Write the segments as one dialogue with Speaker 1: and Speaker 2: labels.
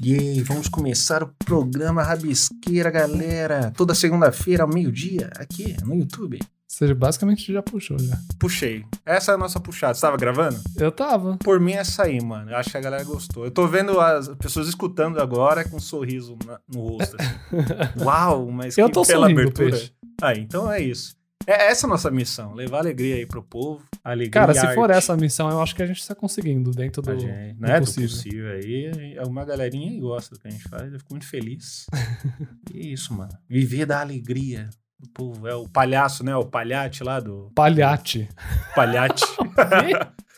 Speaker 1: E vamos começar o programa Rabisqueira, galera. Toda segunda-feira, ao meio-dia, aqui no YouTube.
Speaker 2: Você basicamente já puxou já.
Speaker 1: Puxei. Essa é a nossa puxada. Você tava gravando?
Speaker 2: Eu tava.
Speaker 1: Por mim, essa aí, mano. Eu acho que a galera gostou. Eu tô vendo as pessoas escutando agora com um sorriso na- no rosto. assim. Uau, mas
Speaker 2: Eu
Speaker 1: que
Speaker 2: tô
Speaker 1: bela
Speaker 2: sorrindo,
Speaker 1: abertura.
Speaker 2: peixe.
Speaker 1: Ah, então é isso. É essa a nossa missão, levar alegria aí pro povo. Alegria
Speaker 2: Cara,
Speaker 1: e
Speaker 2: se for
Speaker 1: arte
Speaker 2: essa a missão, eu acho que a gente tá conseguindo dentro do.
Speaker 1: pra gente, né, do
Speaker 2: possível.
Speaker 1: possível aí. é Uma galerinha aí gosta do que a gente faz. Eu fico muito feliz. e é isso, mano. Viver da alegria do povo. É o palhaço, né? O palhate lá do
Speaker 2: Palhate.
Speaker 1: palhate.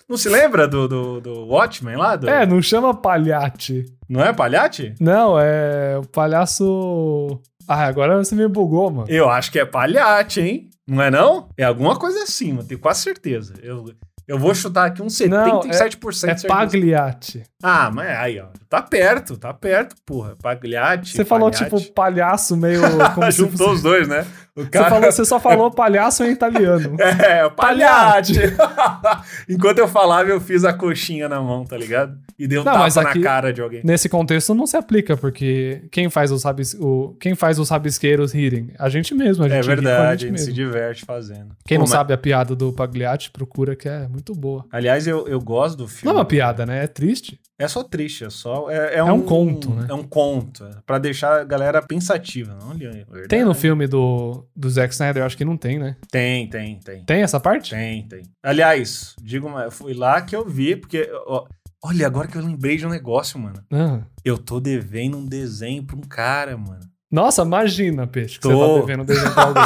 Speaker 1: Não se lembra do, do, do Watchmen lá? do-
Speaker 2: É, não chama palhate.
Speaker 1: Não é palhate?
Speaker 2: Não, é. O palhaço. Ah, agora você me bugou, mano.
Speaker 1: Eu acho que é palhate, hein? Não é não? É alguma coisa assim, mano. Tenho quase certeza. Eu, eu vou chutar aqui um uns 77%
Speaker 2: Não,
Speaker 1: de
Speaker 2: É
Speaker 1: certeza.
Speaker 2: pagliate.
Speaker 1: Ah, mas aí, ó. Tá perto, tá perto, porra. Pagliate.
Speaker 2: Você falou,
Speaker 1: palhate.
Speaker 2: tipo, palhaço meio. Como se fosse...
Speaker 1: Juntou os dois, né? O
Speaker 2: você,
Speaker 1: cara...
Speaker 2: falou, você só falou palhaço em italiano.
Speaker 1: É, o palhate. Enquanto eu falava, eu fiz a coxinha na mão, tá ligado? E deu
Speaker 2: Não,
Speaker 1: tapa
Speaker 2: mas aqui-
Speaker 1: na cara de alguém.
Speaker 2: Nesse contexto não se aplica, porque quem faz os, rabis... o... quem faz os rabisqueiros rirem? A gente mesmo, a gente
Speaker 1: É
Speaker 2: ri com a
Speaker 1: verdade, a gente
Speaker 2: mesmo.
Speaker 1: se diverte fazendo.
Speaker 2: Quem
Speaker 1: Pô,
Speaker 2: não
Speaker 1: mas-
Speaker 2: sabe a piada do Pagliatti, procura que é muito boa.
Speaker 1: Aliás, eu, eu gosto do filme.
Speaker 2: Não é uma piada, né? É triste.
Speaker 1: É só triste, é só. É, é
Speaker 2: um conto, né?
Speaker 1: É um conto. é, Pra deixar a galera pensativa. Não, Leandro, é verdade.
Speaker 2: Tem no filme do, do Zack Snyder, eu acho que não tem, né?
Speaker 1: Tem, tem, tem.
Speaker 2: Tem essa parte?
Speaker 1: Tem, tem. Aliás, digo, uma- foi lá que eu vi, porque. ó, olha, agora que eu lembrei de um negócio, mano.
Speaker 2: Ah.
Speaker 1: Eu tô devendo um desenho pra um cara, mano.
Speaker 2: Nossa, imagina, peixe, que
Speaker 1: Tô.
Speaker 2: você tá devendo desenho pra alguém.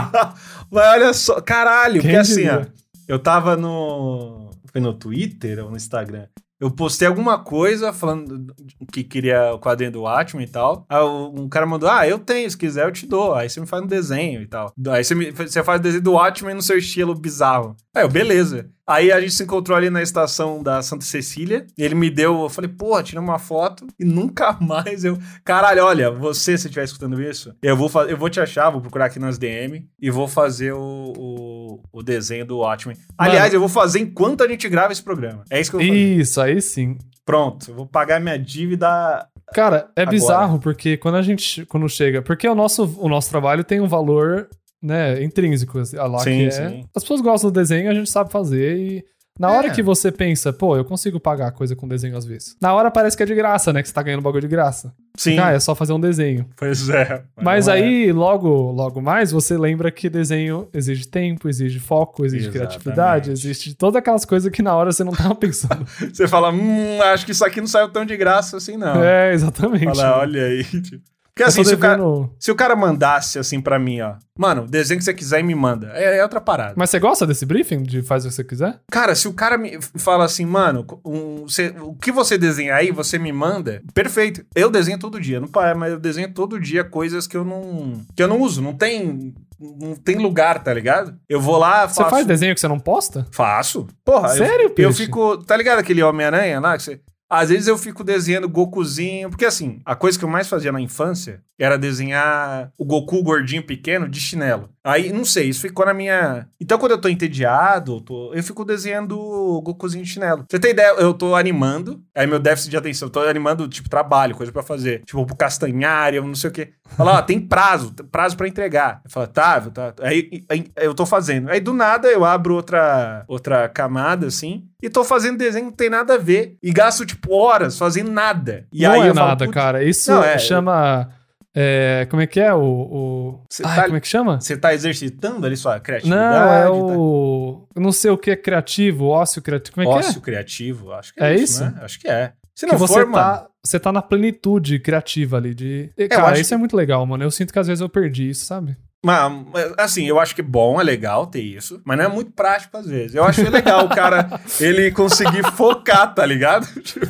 Speaker 1: Mas olha só, caralho,
Speaker 2: Quem
Speaker 1: porque assim,
Speaker 2: diria?
Speaker 1: ó, eu tava no. Foi no Twitter ou no Instagram? Eu postei alguma coisa falando que queria o quadrinho do Watchmen e tal. Aí o- um cara mandou: Ah, eu tenho, se quiser eu te dou. Aí você me faz um desenho e tal. Aí você, me- você faz o desenho do Watchmen no seu estilo bizarro. Aí eu, beleza. Aí a gente se encontrou ali na estação da Santa Cecília. E ele me deu, eu falei, porra, tira uma foto. E nunca mais eu. Caralho, olha, você, se estiver escutando isso, eu vou, fa- eu vou te achar, vou procurar aqui nas DM e vou fazer o, o, o desenho do Watchmen. Aliás, eu vou fazer enquanto a gente grava esse programa. É isso que eu vou fazer.
Speaker 2: Isso, aí sim.
Speaker 1: Pronto, eu vou pagar minha dívida.
Speaker 2: Cara, é
Speaker 1: Agora.
Speaker 2: bizarro porque quando a gente quando chega, porque o nosso, o nosso trabalho tem um valor, né, intrínseco, assim, a lá
Speaker 1: Sim,
Speaker 2: que é.
Speaker 1: sim.
Speaker 2: As pessoas gostam do desenho, a gente sabe fazer e na hora
Speaker 1: É.
Speaker 2: que você pensa, pô, eu consigo pagar coisa com desenho às vezes. Na hora parece que é de graça, né, que você tá ganhando bagulho de graça.
Speaker 1: Sim,
Speaker 2: Ah, é só fazer um desenho.
Speaker 1: pois é.
Speaker 2: Mas
Speaker 1: não é.
Speaker 2: aí logo, logo mais você lembra que desenho exige tempo, exige foco, exige
Speaker 1: Exatamente.
Speaker 2: criatividade, exige todas aquelas coisas que na hora você não tava pensando.
Speaker 1: Você fala, hum, acho que isso aqui não saiu tão de graça assim, não.
Speaker 2: é, exatamente.
Speaker 1: Fala, olha aí. tipo. Porque
Speaker 2: Eu tô
Speaker 1: assim, se o, cara,
Speaker 2: devendo-
Speaker 1: se o cara mandasse assim pra mim, ó, mano, o desenho que você quiser e me manda. É, é outra parada.
Speaker 2: Mas você gosta desse briefing de faz o que você quiser?
Speaker 1: Cara, se o cara me fala assim, mano, um- cê- o que você desenha aí, você me manda, perfeito. Eu desenho todo dia, não para, mas eu desenho todo dia coisas que eu não. que eu não uso, não tem. Não tem lugar, tá ligado? Eu vou lá,
Speaker 2: Você
Speaker 1: faço.
Speaker 2: faz desenho que você não posta?
Speaker 1: Faço. Porra, eu-
Speaker 2: Sério,
Speaker 1: eu,
Speaker 2: peixe?
Speaker 1: fico. Tá ligado aquele Homem-Aranha lá? Que você- às vezes eu fico desenhando Gokuzinho. Porque assim, a coisa que eu mais fazia na infância era desenhar o Goku gordinho pequeno de chinelo. Aí, não sei, isso ficou na minha. Então, quando eu tô entediado, eu, tô- eu fico desenhando o Gokuzinho de chinelo. Você tem ideia? Eu tô animando. Aí meu déficit de atenção, eu tô animando, tipo, trabalho, coisa pra fazer. Tipo, pro castanhar, eu não sei o quê. Fala, ó, tem prazo, tem prazo pra entregar. Eu falo, tá, eu tá. Aí, aí eu tô fazendo. Aí do nada eu abro outra, outra camada, assim, e tô fazendo desenho que não tem nada a ver. E gasto, tipo, horas fazendo nada. E
Speaker 2: não
Speaker 1: aí
Speaker 2: é
Speaker 1: eu falo,
Speaker 2: nada,
Speaker 1: "Putz,
Speaker 2: cara. Isso
Speaker 1: Não, é-
Speaker 2: chama. é, como é que é o. o...
Speaker 1: Cê
Speaker 2: Ai,
Speaker 1: tá-
Speaker 2: como é que chama?
Speaker 1: Você tá exercitando ali sua criatividade?
Speaker 2: Não, é
Speaker 1: tá?
Speaker 2: o. Não sei o que é criativo, ócio criativo. Como é
Speaker 1: Ócio
Speaker 2: que é?
Speaker 1: criativo, acho que é,
Speaker 2: É
Speaker 1: isso,
Speaker 2: isso?
Speaker 1: né? Acho que é. Se
Speaker 2: que
Speaker 1: não
Speaker 2: você
Speaker 1: for, mano.
Speaker 2: tá, você tá na plenitude criativa ali de. E, cara,
Speaker 1: acho
Speaker 2: isso é muito legal, mano. Eu sinto que às vezes eu perdi isso, sabe?
Speaker 1: Mas, mas, assim, eu acho que é bom, é legal ter isso, mas não é muito prático às vezes. Eu acho legal o cara, ele conseguir focar, tá ligado? Tipo,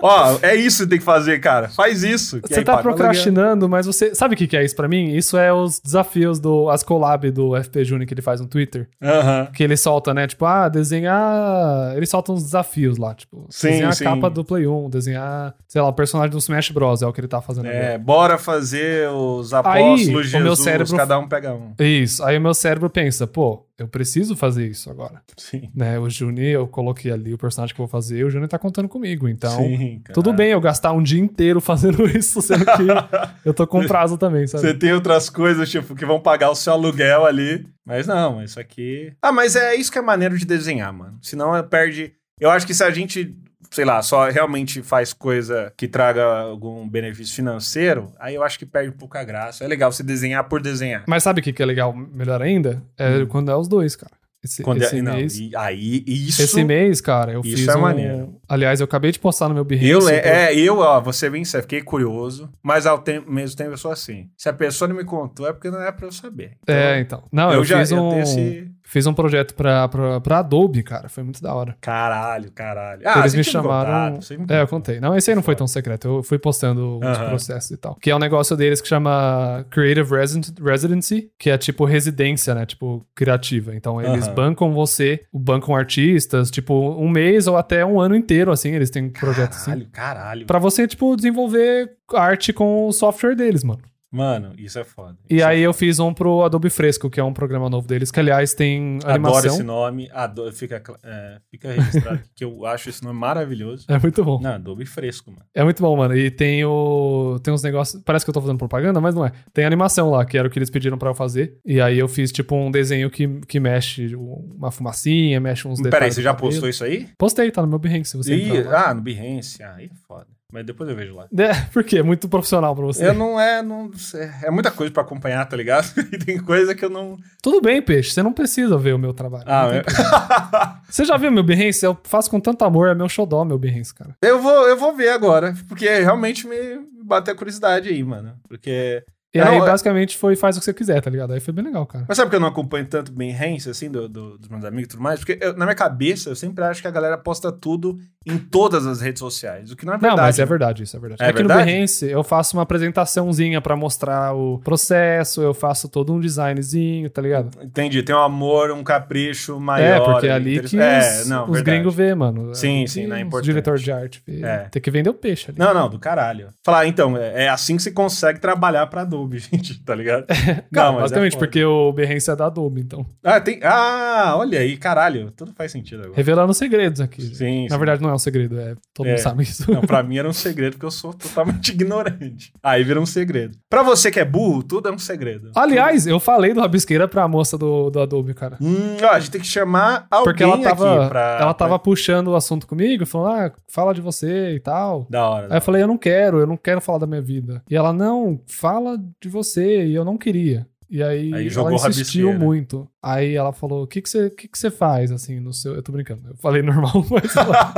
Speaker 1: Ó, é isso que tem que fazer, cara. Faz isso. que
Speaker 2: Você
Speaker 1: aí
Speaker 2: tá
Speaker 1: paga o aluguel.
Speaker 2: procrastinando, mas você. Sabe o que, que é isso pra mim? Isso é os desafios do. As collab do FP Juni que ele faz no Twitter.
Speaker 1: Aham.
Speaker 2: Que ele solta, né? Tipo, ah, desenhar. Ele solta uns desafios lá, tipo,
Speaker 1: Sim,
Speaker 2: desenhar
Speaker 1: sim.
Speaker 2: a capa do Play 1, desenhar, sei lá, o personagem do Smash Bros. É o que ele tá fazendo agora.
Speaker 1: É, bora fazer os apóstolos,
Speaker 2: o meu
Speaker 1: Jesus,
Speaker 2: cérebro-
Speaker 1: cada um pega um.
Speaker 2: Isso. Aí o meu cérebro pensa, pô, eu preciso fazer isso agora.
Speaker 1: Sim.
Speaker 2: Né? O Juni, eu coloquei ali o personagem que eu vou fazer, o Juni tá contando comigo. Então,
Speaker 1: Sim, cara.
Speaker 2: tudo bem eu gastar um dia inteiro fazendo isso, sendo que eu tô com prazo também, sabe?
Speaker 1: Você tem outras coisas, tipo, que vão pagar o seu aluguel ali. Mas não, isso aqui. Ah, mas é isso que é maneiro de desenhar, mano. Senão é- perde. Eu acho que se a gente, sei lá, só realmente faz coisa que traga algum benefício financeiro, aí eu acho que perde pouca graça. É legal você desenhar por desenhar.
Speaker 2: Mas sabe o que, que é legal, melhor ainda? É quando é os dois, cara. Esse,
Speaker 1: Hum. Quando
Speaker 2: esse
Speaker 1: é, não,
Speaker 2: mês.
Speaker 1: e aí e isso.
Speaker 2: Esse mês, cara, eu
Speaker 1: Isso
Speaker 2: fiz.
Speaker 1: é
Speaker 2: um-
Speaker 1: maneiro.
Speaker 2: Aliás, eu acabei de postar no meu Behance. então-
Speaker 1: Eu, le-
Speaker 2: sobre-
Speaker 1: é, eu, ó, você bem sério, fiquei curioso, mas ao tem- mesmo tempo eu sou assim. Se a pessoa não me contou, é porque não é pra eu saber.
Speaker 2: É, então. Não, eu,
Speaker 1: já
Speaker 2: fiz
Speaker 1: eu
Speaker 2: um.
Speaker 1: tenho esse.
Speaker 2: Fiz um projeto pra, pra, pra Adobe, cara. Foi muito da hora.
Speaker 1: Caralho, caralho. Ah,
Speaker 2: Eles
Speaker 1: você
Speaker 2: me
Speaker 1: tinha
Speaker 2: chamaram-
Speaker 1: contado, você me
Speaker 2: É, eu
Speaker 1: contou.
Speaker 2: contei. Não, esse aí não foi tão secreto. Eu fui postando os
Speaker 1: Aham.
Speaker 2: processos e tal. Que é um negócio deles que chama Creative Resident- Residency, que é tipo residência, né? Tipo, criativa. Então, eles
Speaker 1: Aham.
Speaker 2: bancam você, bancam artistas, tipo, um mês ou até um ano inteiro, assim. Eles têm projetos assim.
Speaker 1: Caralho, caralho.
Speaker 2: Pra você, tipo, desenvolver arte com o software deles, mano.
Speaker 1: Mano, isso é foda.
Speaker 2: E
Speaker 1: Isso é
Speaker 2: aí eu fiz um pro Adobe Fresco, que é um programa novo deles, que aliás tem
Speaker 1: foda. Adoro
Speaker 2: animação.
Speaker 1: esse nome. Adoro, fica, cla- é, fica registrado que eu acho esse nome maravilhoso.
Speaker 2: É muito bom.
Speaker 1: Não, Adobe fresco, mano.
Speaker 2: É muito bom, mano. E tem o. Tem uns negócios. Parece que eu tô fazendo propaganda, mas não é. Tem animação lá, que era o que eles pediram pra eu fazer. E aí eu fiz, tipo, um desenho que, que mexe uma fumacinha, mexe uns detalhes.
Speaker 1: Peraí, você
Speaker 2: do
Speaker 1: já
Speaker 2: cabelo.
Speaker 1: postou isso aí?
Speaker 2: Postei, tá no meu Behance, se você
Speaker 1: Ih,
Speaker 2: entrar lá.
Speaker 1: ah, no Behance. Ah, aí é foda. Mas depois eu vejo lá.
Speaker 2: É, por quê? É muito profissional pra você.
Speaker 1: Eu não é, não é é muita coisa pra acompanhar, tá ligado? E tem coisa que eu não.
Speaker 2: Tudo bem, peixe, você não precisa ver o meu trabalho.
Speaker 1: Ah,
Speaker 2: Não tem- Você já viu meu Behance? Eu faço com tanto amor, é meu xodó, meu Behance, cara.
Speaker 1: eu, eu vou eu vou ver agora, porque realmente me bateu a curiosidade aí, mano. Porque
Speaker 2: E
Speaker 1: Eu
Speaker 2: aí,
Speaker 1: não- é-
Speaker 2: basicamente, foi faz o que você quiser, tá ligado? Aí foi bem legal, cara.
Speaker 1: Mas sabe que eu não acompanho tanto bem Hance, assim, do- do- dos meus amigos e tudo mais? Porque eu- na minha cabeça eu sempre acho que a galera posta tudo em todas as redes sociais, o que não é
Speaker 2: Não,
Speaker 1: verdade.
Speaker 2: mas é
Speaker 1: né?
Speaker 2: verdade, isso é verdade.
Speaker 1: É
Speaker 2: Aqui no
Speaker 1: verdade?
Speaker 2: Behance, eu faço uma apresentaçãozinha pra mostrar o processo, eu faço todo um designzinho, tá ligado?
Speaker 1: Entendi, tem um amor, um capricho maior.
Speaker 2: é, porque é
Speaker 1: um
Speaker 2: ali
Speaker 1: interesse-
Speaker 2: que
Speaker 1: É,
Speaker 2: os,
Speaker 1: não,
Speaker 2: os
Speaker 1: verdade.
Speaker 2: gringos vê, mano.
Speaker 1: Sim,
Speaker 2: É,
Speaker 1: sim,
Speaker 2: que
Speaker 1: né, é
Speaker 2: os
Speaker 1: importante.
Speaker 2: diretor de arte vê.
Speaker 1: É.
Speaker 2: Tem que vender o peixe ali.
Speaker 1: Não, não, do caralho. Falar, então, é, é assim que se consegue trabalhar pra Adobe, gente, tá ligado?
Speaker 2: Cara,
Speaker 1: Não, mas é
Speaker 2: basicamente,
Speaker 1: foda.
Speaker 2: porque o Behance é da Adobe, então.
Speaker 1: Ah, tem... ah, olha aí, caralho, tudo faz sentido agora.
Speaker 2: Revelando segredos aqui.
Speaker 1: Sim,
Speaker 2: Na
Speaker 1: sim.
Speaker 2: verdade, não é um segredo, é. Todo
Speaker 1: É.
Speaker 2: mundo sabe isso.
Speaker 1: Não, pra mim era um segredo, porque eu sou totalmente ignorante. Aí vira um segredo. Pra você que é burro, tudo é um segredo.
Speaker 2: Aliás, eu falei do Rabisqueira pra moça do, do Adobe, cara.
Speaker 1: Hum, ó, a gente tem que chamar alguém
Speaker 2: Porque ela tava,
Speaker 1: aqui pra.
Speaker 2: ela tava
Speaker 1: pra-
Speaker 2: puxando o assunto comigo, falando, ah, fala de você e tal.
Speaker 1: Da hora. né? da
Speaker 2: Aí eu
Speaker 1: hora.
Speaker 2: falei, eu não quero, eu não quero falar da minha vida. E ela, não, fala de você, e eu não queria. E aí,
Speaker 1: Aí jogou
Speaker 2: ela insistiu
Speaker 1: rabisqueira. né?
Speaker 2: muito. Aí ela falou, o que que você que que você faz, assim, no seu... Eu tô brincando, eu falei normal, mas ela...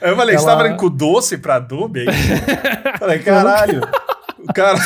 Speaker 1: eu falei, você
Speaker 2: ela-
Speaker 1: tava falando com doce pra Adobe aí? falei, caralho. O cara.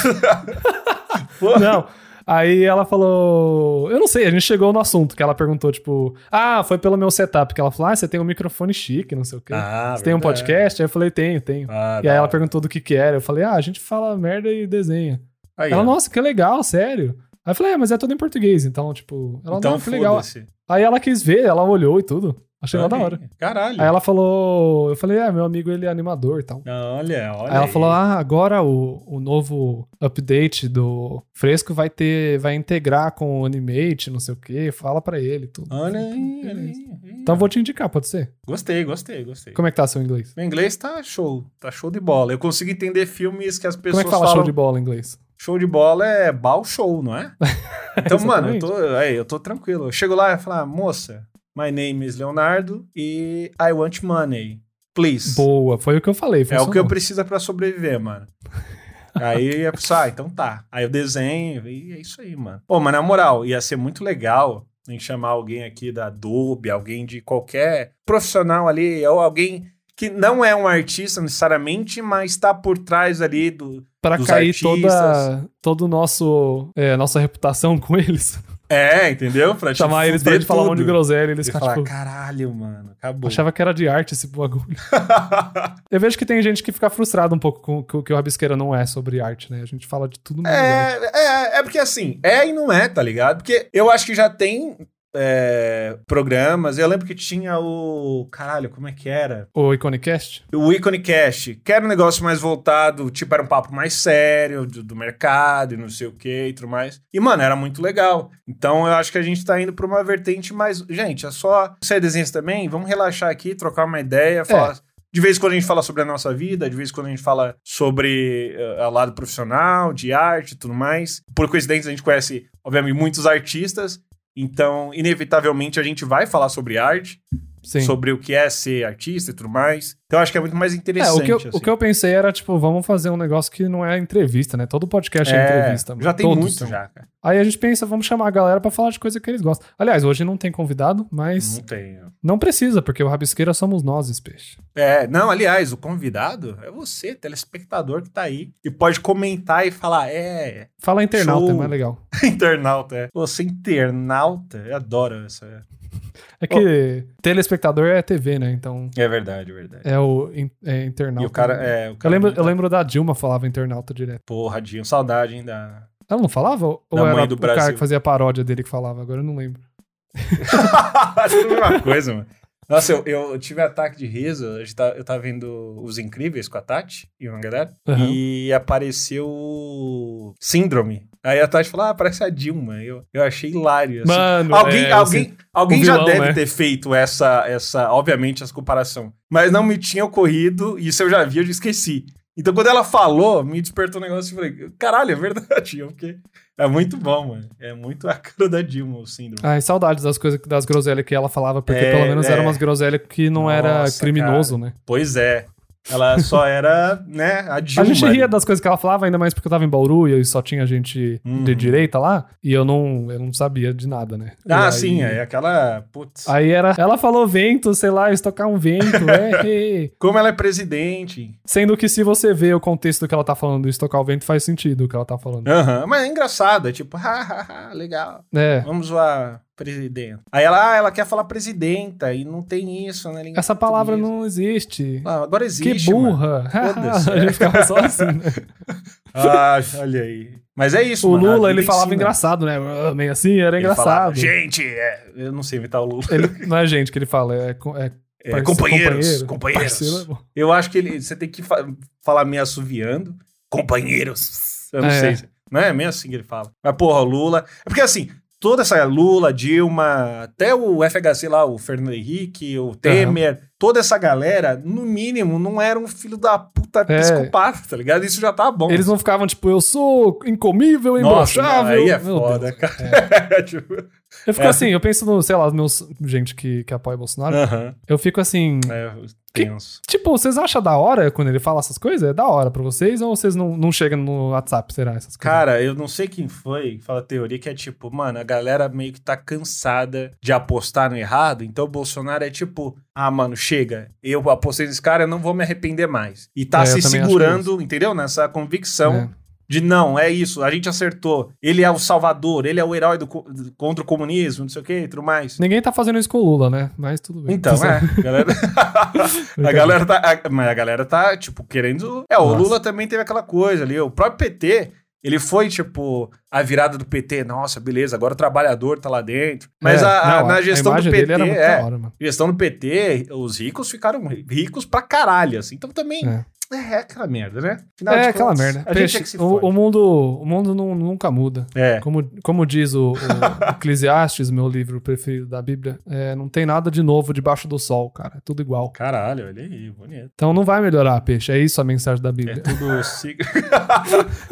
Speaker 1: Pô,
Speaker 2: não. Aí ela falou, eu não sei, a gente chegou no assunto, que ela perguntou, tipo, ah, foi pelo meu setup, que ela falou, ah, você tem um microfone chique, não sei o quê.
Speaker 1: Ah,
Speaker 2: você tem um
Speaker 1: verdade.
Speaker 2: podcast? Aí eu falei, tenho, tenho.
Speaker 1: Ah,
Speaker 2: e
Speaker 1: da
Speaker 2: aí ela
Speaker 1: hora.
Speaker 2: perguntou do que que era, eu falei, ah, a gente fala merda e desenha.
Speaker 1: Aí,
Speaker 2: Ela,
Speaker 1: ó.
Speaker 2: nossa, que legal, sério. Aí eu falei, é, mas é tudo em português, então, tipo, ela
Speaker 1: então,
Speaker 2: não, que legal.
Speaker 1: foda-se.
Speaker 2: Aí ela quis ver, ela olhou e tudo. Achei lá da
Speaker 1: Olha
Speaker 2: hora.
Speaker 1: aí. Caralho.
Speaker 2: Aí ela falou, eu falei, é, meu amigo ele é animador e tal.
Speaker 1: Não, olha, olha.
Speaker 2: Aí ela
Speaker 1: aí.
Speaker 2: falou, ah, agora o, o novo update do Fresco vai ter, vai integrar com o Animate, não sei o que, fala pra ele e tudo.
Speaker 1: Olha aí,
Speaker 2: Beleza.
Speaker 1: olha aí.
Speaker 2: Então eu vou te indicar, pode ser?
Speaker 1: Gostei, gostei, gostei.
Speaker 2: Como é que tá seu inglês?
Speaker 1: Meu inglês tá show, tá show de bola. Eu consigo entender filmes que as
Speaker 2: Como
Speaker 1: pessoas
Speaker 2: é que fala
Speaker 1: falam
Speaker 2: show de bola em inglês?
Speaker 1: Show de bola é bal show, não é? Então, mano, eu tô, aí, eu tô tranquilo. Eu chego lá e falo, "Ah, moça, my name is Leonardo e I want money, please.
Speaker 2: Boa, foi o que eu falei.
Speaker 1: é o
Speaker 2: funcionou.
Speaker 1: que eu preciso pra sobreviver, mano. Aí a pessoa, ah, então tá. Aí eu desenho e é isso aí, mano. Pô, mas na moral, ia ser muito legal a gente chamar alguém aqui da Adobe, alguém de qualquer profissional ali, ou alguém que não é um artista necessariamente, mas tá por trás ali do,
Speaker 2: Pra
Speaker 1: dos
Speaker 2: cair toda,
Speaker 1: artistas.
Speaker 2: todo o nosso, é, nossa reputação com eles.
Speaker 1: É, entendeu? Pra te
Speaker 2: chamar eles pra
Speaker 1: fuder
Speaker 2: gente falar um monte de
Speaker 1: tudo.
Speaker 2: groselha, eles
Speaker 1: Você
Speaker 2: ficam
Speaker 1: fala,
Speaker 2: tipo.
Speaker 1: caralho, mano, acabou.
Speaker 2: Achava que era de arte esse bagulho. Eu vejo que tem gente que fica frustrada um pouco com com que o Rabisqueira não é sobre arte, né? A gente fala de tudo né? menos. arte.
Speaker 1: é, é, é porque assim, é e não é, tá ligado? Porque eu acho que já tem é, programas. Eu lembro que tinha o. Caralho, como é que era?
Speaker 2: O Iconicast?
Speaker 1: O Iconicast, que era um negócio mais voltado, tipo, era um papo mais sério do, do mercado e não sei o que e tudo mais. E, mano, era muito legal. Então eu acho que a gente tá indo pra uma vertente mais. Gente, é só ser desenhista também, vamos relaxar aqui, trocar uma ideia, falar. De vez em quando a gente fala sobre a nossa vida, de vez em quando a gente fala sobre eh, o lado profissional, de arte e tudo mais. Por coincidência, a gente conhece, obviamente, muitos artistas. Então, inevitavelmente, a gente vai falar sobre arte,
Speaker 2: Sim.
Speaker 1: sobre o que é ser artista e tudo mais. Então, acho que é muito mais
Speaker 2: É,
Speaker 1: interessante.
Speaker 2: o que, eu, o
Speaker 1: assim.
Speaker 2: que eu pensei era, tipo, vamos fazer um negócio que não é entrevista, né? Todo podcast é,
Speaker 1: É,
Speaker 2: entrevista. mano.
Speaker 1: Já tem
Speaker 2: Todos
Speaker 1: muito
Speaker 2: são.
Speaker 1: já, cara.
Speaker 2: Aí a gente pensa, vamos chamar a galera pra falar de coisa que eles gostam. Aliás, hoje não tem convidado, mas
Speaker 1: Não tem.
Speaker 2: não precisa, porque o Rabisqueira somos nós, esse peixe.
Speaker 1: É, não, aliás, o convidado é você, telespectador que tá aí e pode comentar e falar, é,
Speaker 2: Fala internauta,
Speaker 1: Show.
Speaker 2: é mais legal.
Speaker 1: internauta, é. Você internauta, eu adoro essa.
Speaker 2: É que telespectador é TV, né? Então
Speaker 1: É verdade, é verdade.
Speaker 2: é o in- é internauta.
Speaker 1: E o cara,
Speaker 2: né?
Speaker 1: é, o
Speaker 2: Eu
Speaker 1: cara
Speaker 2: lembro,
Speaker 1: muito-
Speaker 2: eu lembro da Dilma falava internauta direto.
Speaker 1: Porra, Dinho, saudade, hein, da...
Speaker 2: Ela não falava? Ou
Speaker 1: Da mãe
Speaker 2: era
Speaker 1: do
Speaker 2: o cara
Speaker 1: Brasil.
Speaker 2: que fazia paródia dele que falava? Agora eu não lembro.
Speaker 1: Acho que é a mesma coisa, mano. Nossa, eu, eu tive ataque de riso, a gente tá- eu tava vendo Os Incríveis com a Tati e uma galera,
Speaker 2: Aham.
Speaker 1: e apareceu o Síndrome. Aí a Tati falou, ah, parece a Dilma. Eu, eu achei hilário, assim.
Speaker 2: Mano,
Speaker 1: Alguém,
Speaker 2: é,
Speaker 1: alguém,
Speaker 2: assim,
Speaker 1: alguém
Speaker 2: o
Speaker 1: já
Speaker 2: vilão,
Speaker 1: deve
Speaker 2: né?
Speaker 1: ter feito essa, essa, obviamente, essa comparação. Mas não me tinha ocorrido, e isso eu já vi, eu já esqueci. Então, quando ela falou, me despertou um negócio e falei, caralho, é verdade. Eu fiquei- É muito bom, mano. É muito a cara da Dilma, o síndrome.
Speaker 2: Ai, saudades das coisas, das groselhas que ela falava, porque
Speaker 1: É,
Speaker 2: pelo menos
Speaker 1: é.
Speaker 2: eram umas groselhas que não era
Speaker 1: Nossa,
Speaker 2: criminoso, né?
Speaker 1: Pois é. Ela só era, né, a Dilma.
Speaker 2: A gente
Speaker 1: ali.
Speaker 2: ria das coisas que ela falava, ainda mais porque eu tava em Bauru e aí só tinha gente de
Speaker 1: Uhum.
Speaker 2: direita lá, e eu não, eu não sabia de nada, né?
Speaker 1: Ah,
Speaker 2: E aí-
Speaker 1: sim, é aquela... Putz.
Speaker 2: Aí era, ela falou vento, sei lá, estocar um vento, é, é.
Speaker 1: Como ela é presidente.
Speaker 2: Sendo que se você vê o contexto do que ela tá falando, estocar o vento faz sentido o que ela tá falando.
Speaker 1: Aham. Mas é engraçado, é tipo, ha, ha, ha, legal.
Speaker 2: É.
Speaker 1: Vamos zoar presidente. Aí ela, ah, ela quer falar presidenta e não tem isso, né?
Speaker 2: Essa palavra não existe.
Speaker 1: Ah, agora existe.
Speaker 2: que
Speaker 1: mano.
Speaker 2: burra.
Speaker 1: Foda-se.
Speaker 2: a gente ficava só assim. né?
Speaker 1: Ah, olha aí. Mas é isso,
Speaker 2: O
Speaker 1: mano, a
Speaker 2: Lula,
Speaker 1: vida
Speaker 2: ele falava
Speaker 1: ensina.
Speaker 2: engraçado, né? Ah, Meio assim, era
Speaker 1: Ele falava,
Speaker 2: engraçado.
Speaker 1: Gente, é, eu não sei imitar o Lula.
Speaker 2: Ele- não é gente que ele fala, é, co- é
Speaker 1: É,
Speaker 2: parceiro-
Speaker 1: companheiros,
Speaker 2: companheiro,
Speaker 1: companheiros.
Speaker 2: parceiro é bom.
Speaker 1: Eu acho que ele, você tem que fa- falar meio assoviando. Companheiros. Eu não
Speaker 2: É.
Speaker 1: sei. se- Não é meio assim que ele fala. Mas, porra, o Lula. É porque assim, toda essa Lula, Dilma, até o FHC lá, o Fernando Henrique, o Temer, toda essa galera, no mínimo, não era um filho da puta psicopata, tá ligado? Isso já tá bom.
Speaker 2: É. Eles não ficavam tipo, eu sou incomível,
Speaker 1: Nossa, não,
Speaker 2: imbrochável.
Speaker 1: aí é
Speaker 2: Meu
Speaker 1: foda,
Speaker 2: Deus.
Speaker 1: cara. Tipo,
Speaker 2: Eu fico
Speaker 1: É.
Speaker 2: assim, eu penso no, sei lá, meus. Gente que, que apoia Bolsonaro.
Speaker 1: Aham.
Speaker 2: Eu fico assim.
Speaker 1: É, tenso.
Speaker 2: Tipo, vocês acham da hora quando ele fala essas coisas? É da hora pra vocês ou vocês não, não chegam no WhatsApp, será? Essas coisas?
Speaker 1: Cara, eu não sei quem foi que fala teoria que é tipo, mano, a galera meio que tá cansada de apostar no errado, então o Bolsonaro é tipo, ah, mano, chega, eu apostei nesse cara, eu não vou me arrepender mais. E tá
Speaker 2: É, eu
Speaker 1: se
Speaker 2: também acho
Speaker 1: segurando, entendeu? Nessa convicção
Speaker 2: É.
Speaker 1: de não, é isso, a gente acertou, ele é o salvador, ele é o herói do, co- do- contra o comunismo, não sei o que, tudo mais.
Speaker 2: Ninguém tá fazendo isso com o Lula, né? Mas tudo bem.
Speaker 1: Então, é, a galera... A galera tá, a- mas a galera tá, tipo, querendo. É, o
Speaker 2: é. Nossa.
Speaker 1: Lula também teve aquela coisa ali. O próprio PT, ele foi, tipo, a virada do PT. Nossa, beleza, agora o trabalhador tá lá dentro. Mas
Speaker 2: É,
Speaker 1: a, a-
Speaker 2: não,
Speaker 1: na gestão do
Speaker 2: imagem
Speaker 1: PT,
Speaker 2: dele era muito
Speaker 1: é.
Speaker 2: da hora, mano.
Speaker 1: Gestão do PT, os ricos ficaram ri- ricos pra caralho, assim. Então também.
Speaker 2: É.
Speaker 1: É. aquela merda, né? Afinal
Speaker 2: É
Speaker 1: de
Speaker 2: aquela
Speaker 1: contas,
Speaker 2: merda.
Speaker 1: A gente
Speaker 2: Peixe,
Speaker 1: é que se
Speaker 2: o,
Speaker 1: fode.
Speaker 2: o mundo, o mundo nu- nunca muda.
Speaker 1: É.
Speaker 2: Como, como diz o, o Eclesiastes, meu livro preferido da Bíblia, é, não tem nada de novo debaixo do sol, cara. É tudo igual.
Speaker 1: Caralho, olha aí, bonito.
Speaker 2: Então não vai melhorar, peixe. É isso a mensagem da
Speaker 1: É
Speaker 2: Bíblia.
Speaker 1: tudo sig-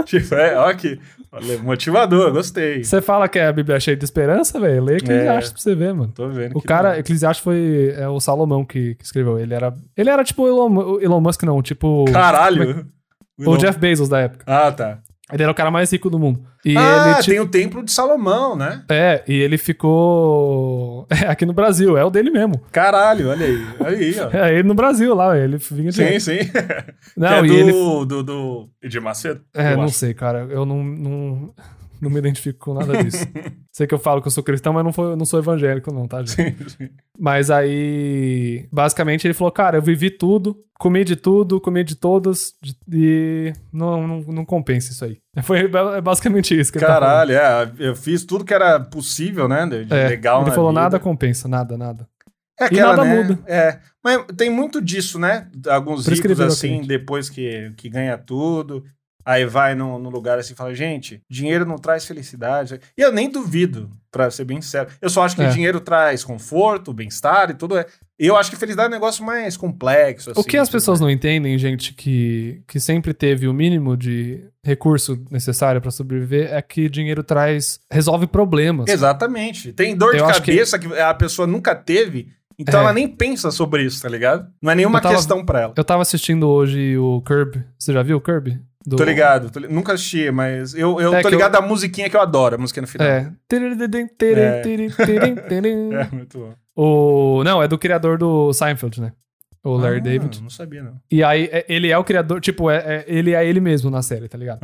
Speaker 1: tipo, é, ó aqui. Olha, Motivador, gostei.
Speaker 2: Você fala que a Bíblia é cheia de esperança, velho. Lê Eclesiastes
Speaker 1: É.
Speaker 2: pra você ver, mano.
Speaker 1: Tô vendo
Speaker 2: O
Speaker 1: que tá.
Speaker 2: cara,
Speaker 1: não.
Speaker 2: Eclesiastes foi é, o Salomão que, que escreveu. Ele era, ele era tipo o Elon, o Elon Musk, não. Tipo
Speaker 1: Caralho.
Speaker 2: o Jeff Bezos da época.
Speaker 1: é Ah, tá.
Speaker 2: Ele era o cara mais rico do mundo. E
Speaker 1: ah,
Speaker 2: ele, ti-
Speaker 1: tem o Templo de Salomão, né?
Speaker 2: É, e ele ficou é, aqui no Brasil. É o dele mesmo.
Speaker 1: Caralho, olha aí. Olha aí, ó.
Speaker 2: É ele no Brasil lá. Ele vinha de...
Speaker 1: Sim, sim.
Speaker 2: Não,
Speaker 1: que é
Speaker 2: e
Speaker 1: do,
Speaker 2: ele...
Speaker 1: do, do Edir Macedo?
Speaker 2: É,
Speaker 1: eu
Speaker 2: não
Speaker 1: acho.
Speaker 2: sei, cara. Eu não... não... Não me identifico com nada disso. Sei que eu falo que eu sou cristão, mas não, foi- não sou evangélico, não, tá, gente? Mas aí, basicamente, ele falou: Cara, eu vivi tudo, comi de tudo, comi de todas, de- e não, não, não compensa isso aí. Foi ba- é basicamente isso que ele tá falando.
Speaker 1: Caralho, é, eu fiz tudo que era possível, né? De, de
Speaker 2: É,
Speaker 1: legal
Speaker 2: Ele
Speaker 1: na
Speaker 2: falou:
Speaker 1: vida.
Speaker 2: Nada compensa, nada, nada.
Speaker 1: É
Speaker 2: E
Speaker 1: aquela,
Speaker 2: nada
Speaker 1: né?
Speaker 2: muda.
Speaker 1: É. Mas tem muito disso, né? Alguns ricos,
Speaker 2: Prescrevível,
Speaker 1: assim,
Speaker 2: cliente.
Speaker 1: depois que, que ganha tudo, aí vai num, num lugar assim e fala, gente, dinheiro não traz felicidade. E eu nem duvido, pra ser bem sincero. Eu só acho que
Speaker 2: É.
Speaker 1: dinheiro traz conforto, bem-estar e tudo. é. Eu acho que felicidade é um negócio mais complexo, assim.
Speaker 2: o que as
Speaker 1: tudo
Speaker 2: pessoas
Speaker 1: mais.
Speaker 2: não entendem, gente, que, que sempre teve o mínimo de recurso necessário pra sobreviver, é que dinheiro traz. resolve problemas.
Speaker 1: Exatamente. Tem dor
Speaker 2: Eu
Speaker 1: de
Speaker 2: acho que-
Speaker 1: cabeça que... a pessoa nunca teve, então
Speaker 2: É.
Speaker 1: ela nem pensa sobre isso, tá ligado? Não é nenhuma
Speaker 2: Eu tava-
Speaker 1: questão pra ela.
Speaker 2: Eu tava assistindo hoje o Curb. Você já viu o Curb? Do...
Speaker 1: Tô ligado, tô li- nunca assisti, mas eu, eu
Speaker 2: É
Speaker 1: tô
Speaker 2: que eu-
Speaker 1: ligado à musiquinha que eu adoro, a musiquinha no final.
Speaker 2: É. Tiririm, tiririm, tiririm, tiririm, tiririm.
Speaker 1: É, muito bom.
Speaker 2: O... Não, é do criador do Seinfeld, né? O Larry
Speaker 1: Ah,
Speaker 2: David.
Speaker 1: Não sabia, não.
Speaker 2: E aí, é- ele é o criador, tipo, é, é- ele é ele mesmo na série, tá ligado?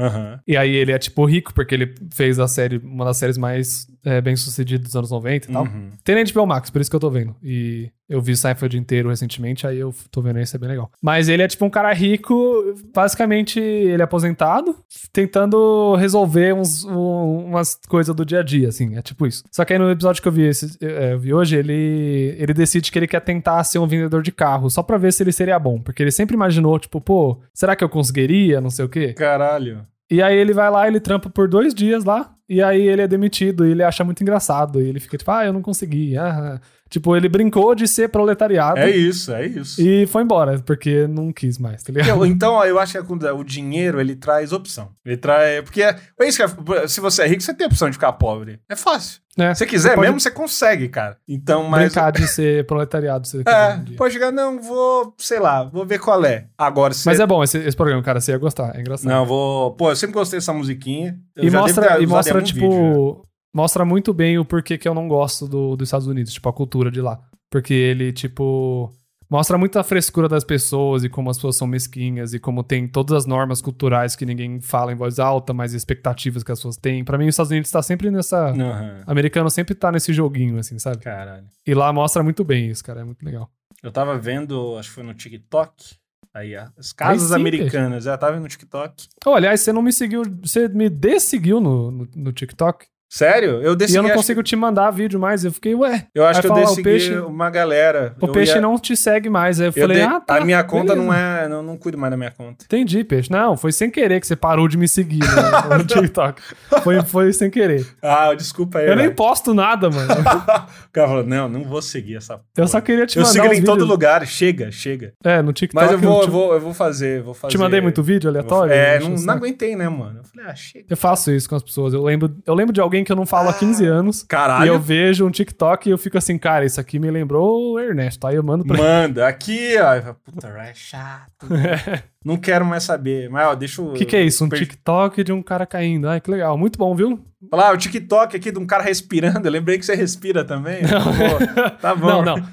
Speaker 2: E aí ele é, tipo, rico, porque ele fez a série, uma das séries mais é, bem-sucedidas dos anos 90 e tal.
Speaker 1: Uhum.
Speaker 2: Tem na HBO Max, por isso que eu tô vendo. E eu vi Seinfeld inteiro recentemente, aí eu f- tô vendo esse, é bem legal. Mas ele é tipo um cara rico, basicamente ele é aposentado, tentando resolver uns, um- umas coisas do dia a dia, assim, é tipo isso. Só que aí no episódio que eu vi, esse- é, eu vi hoje, ele, ele decide que ele quer tentar ser um vendedor de carro, só pra ver se ele seria bom. Porque ele sempre imaginou, tipo, pô, será que eu conseguiria, não sei o quê?
Speaker 1: Caralho.
Speaker 2: E aí ele vai lá, ele trampa por dois dias lá, e aí ele é demitido, e ele acha muito engraçado, e ele fica tipo, ah, eu não consegui. ah, ah." Tipo, ele brincou de ser proletariado
Speaker 1: É isso, é isso.
Speaker 2: e foi embora, porque não quis mais, tá ligado?
Speaker 1: Eu- então, ó, eu acho que a coisa- o dinheiro, ele traz opção. Ele traz... Porque é, é isso que é- se você é rico, você tem a opção de ficar pobre. É fácil.
Speaker 2: É,
Speaker 1: Se você quiser
Speaker 2: Você pode-
Speaker 1: mesmo, você consegue, cara. Então, mas...
Speaker 2: Brincar de ser proletariado. se quiser um
Speaker 1: É,
Speaker 2: dia.
Speaker 1: pode chegar, não, vou, sei lá, vou ver qual é. Agora, se
Speaker 2: Mas é bom esse, esse programa, cara, você ia gostar, é engraçado.
Speaker 1: Não, vou... Pô, eu sempre gostei dessa musiquinha. Eu
Speaker 2: e
Speaker 1: já devo ter
Speaker 2: mostra,
Speaker 1: usado
Speaker 2: e
Speaker 1: em
Speaker 2: mostra
Speaker 1: algum
Speaker 2: tipo,
Speaker 1: vídeo, né?
Speaker 2: mostra muito bem o porquê que eu não gosto do, dos Estados Unidos, tipo, a cultura de lá. Porque ele, tipo, mostra muito a frescura das pessoas e como as pessoas são mesquinhas e como tem todas as normas culturais que ninguém fala em voz alta, mas expectativas que as pessoas têm. Pra mim, os Estados Unidos tá sempre nessa...
Speaker 1: Aham.
Speaker 2: Americano sempre tá nesse joguinho, assim, sabe?
Speaker 1: Caralho.
Speaker 2: E lá mostra muito bem isso, cara, é muito legal.
Speaker 1: Eu tava vendo, acho que foi no TikTok. Aí, ó, as casas
Speaker 2: sim,
Speaker 1: americanas. Já tava vendo no TikTok.
Speaker 2: Oh, aliás, você não me seguiu, você me desseguiu no, no, no TikTok
Speaker 1: Sério? Eu
Speaker 2: e
Speaker 1: decidi.
Speaker 2: eu não
Speaker 1: acho
Speaker 2: consigo te mandar vídeo mais. Eu fiquei, ué,
Speaker 1: que- eu acho
Speaker 2: Aí
Speaker 1: que eu
Speaker 2: fala, ó, o
Speaker 1: dessegui
Speaker 2: peixe-
Speaker 1: uma galera.
Speaker 2: o
Speaker 1: Eu
Speaker 2: peixe
Speaker 1: ia-
Speaker 2: não te segue mais. Aí eu,
Speaker 1: eu
Speaker 2: falei,
Speaker 1: dei-
Speaker 2: ah, tá.
Speaker 1: A minha conta
Speaker 2: beleza.
Speaker 1: não é. Não, não cuido mais da minha conta.
Speaker 2: Entendi, peixe. Não, foi sem querer que você parou de me seguir né, no TikTok. Foi, foi sem querer.
Speaker 1: Ah, desculpa aí.
Speaker 2: Eu
Speaker 1: velho.
Speaker 2: nem posto nada, mano.
Speaker 1: O cara falou: não, não vou seguir essa.
Speaker 2: Eu
Speaker 1: porra.
Speaker 2: só queria te
Speaker 1: Eu
Speaker 2: mandar
Speaker 1: sigo ele
Speaker 2: uns
Speaker 1: em todo
Speaker 2: vídeos.
Speaker 1: lugar. Chega, chega.
Speaker 2: É, no TikTok.
Speaker 1: Mas eu vou,
Speaker 2: te,
Speaker 1: eu vou, eu vou fazer, vou fazer.
Speaker 2: te mandei muito vídeo
Speaker 1: Eu vou-
Speaker 2: aleatório. né?
Speaker 1: É,
Speaker 2: enche o
Speaker 1: não, não
Speaker 2: saco.
Speaker 1: aguentei, né, mano? Eu falei, ah, chega.
Speaker 2: Eu faço isso com as pessoas. Eu lembro, eu lembro de alguém que eu não falo há 15 anos. E eu
Speaker 1: Ah, Caralho.
Speaker 2: vejo um TikTok e eu fico assim, cara, isso aqui me lembrou o Ernesto. Aí eu mando pra
Speaker 1: Manda, aqui, ó. Eu falo, Puta, é chato. Não quero mais saber. Mas, ó, deixa eu.
Speaker 2: O que, que é isso? Um
Speaker 1: perdi-
Speaker 2: TikTok de um cara caindo. Ai, que legal. Muito bom, viu?
Speaker 1: Olha lá, "Ah, o TikTok aqui de um cara respirando. Eu lembrei que você respira também. Pô, tá bom.
Speaker 2: Não, não.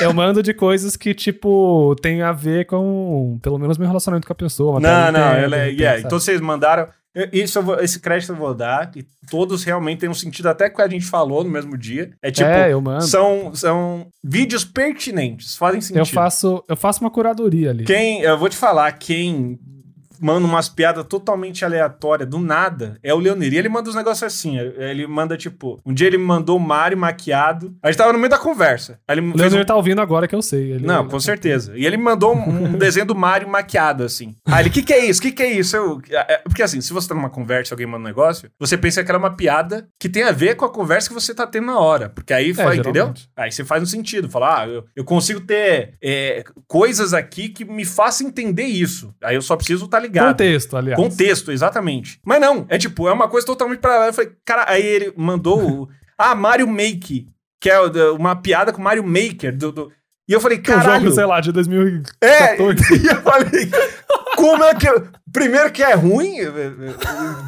Speaker 2: Eu mando de coisas que, tipo, tem a ver com, pelo menos, meu relacionamento com a pessoa. uma
Speaker 1: Não,
Speaker 2: tela
Speaker 1: não,
Speaker 2: inteira,
Speaker 1: ela é.
Speaker 2: de repente,
Speaker 1: yeah,
Speaker 2: sabe?
Speaker 1: então vocês mandaram. eu- Isso eu vou- esse crédito eu vou dar. E todos realmente têm um sentido, até que a gente falou no mesmo dia. É tipo,
Speaker 2: é, eu mando.
Speaker 1: são, são vídeos pertinentes, fazem sentido.
Speaker 2: Eu faço, eu faço uma curadoria ali.
Speaker 1: Quem, eu vou te falar, quem manda umas piadas totalmente aleatórias, do nada, é o Leonir. E ele manda uns negócios assim, ele manda tipo, um dia ele me mandou o Mário maquiado, a gente tava no meio da conversa. Aí ele
Speaker 2: O
Speaker 1: fez um
Speaker 2: Leonir tá ouvindo agora que eu sei. Ele- é um
Speaker 1: Não, com certeza. E ele me mandou um, um desenho do Mario maquiado, assim. Aí ele, o que, que é isso? O que, que é isso? Eu- é- é- porque assim, se você tá numa conversa e alguém manda um negócio, você pensa que ela é uma piada que tem a ver com a conversa que você tá tendo na hora. Porque aí, fala, entendeu?
Speaker 2: É, geralmente.
Speaker 1: Aí você faz um sentido. Fala, ah, eu, eu consigo ter é, coisas aqui que me façam entender isso. Aí eu só preciso estar tá ligado.
Speaker 2: Contexto, aliás.
Speaker 1: Contexto, exatamente. Mas não, é tipo, é uma coisa totalmente pra lá. Eu falei, cara, aí ele mandou o. ah, Mario Make, que é o da- uma piada com Mario Maker. Do, do- E eu falei,
Speaker 2: Um
Speaker 1: caralho.
Speaker 2: jogo, sei lá, de 2014.
Speaker 1: é, e eu falei, como é que eu. Primeiro que é ruim, eh, eh,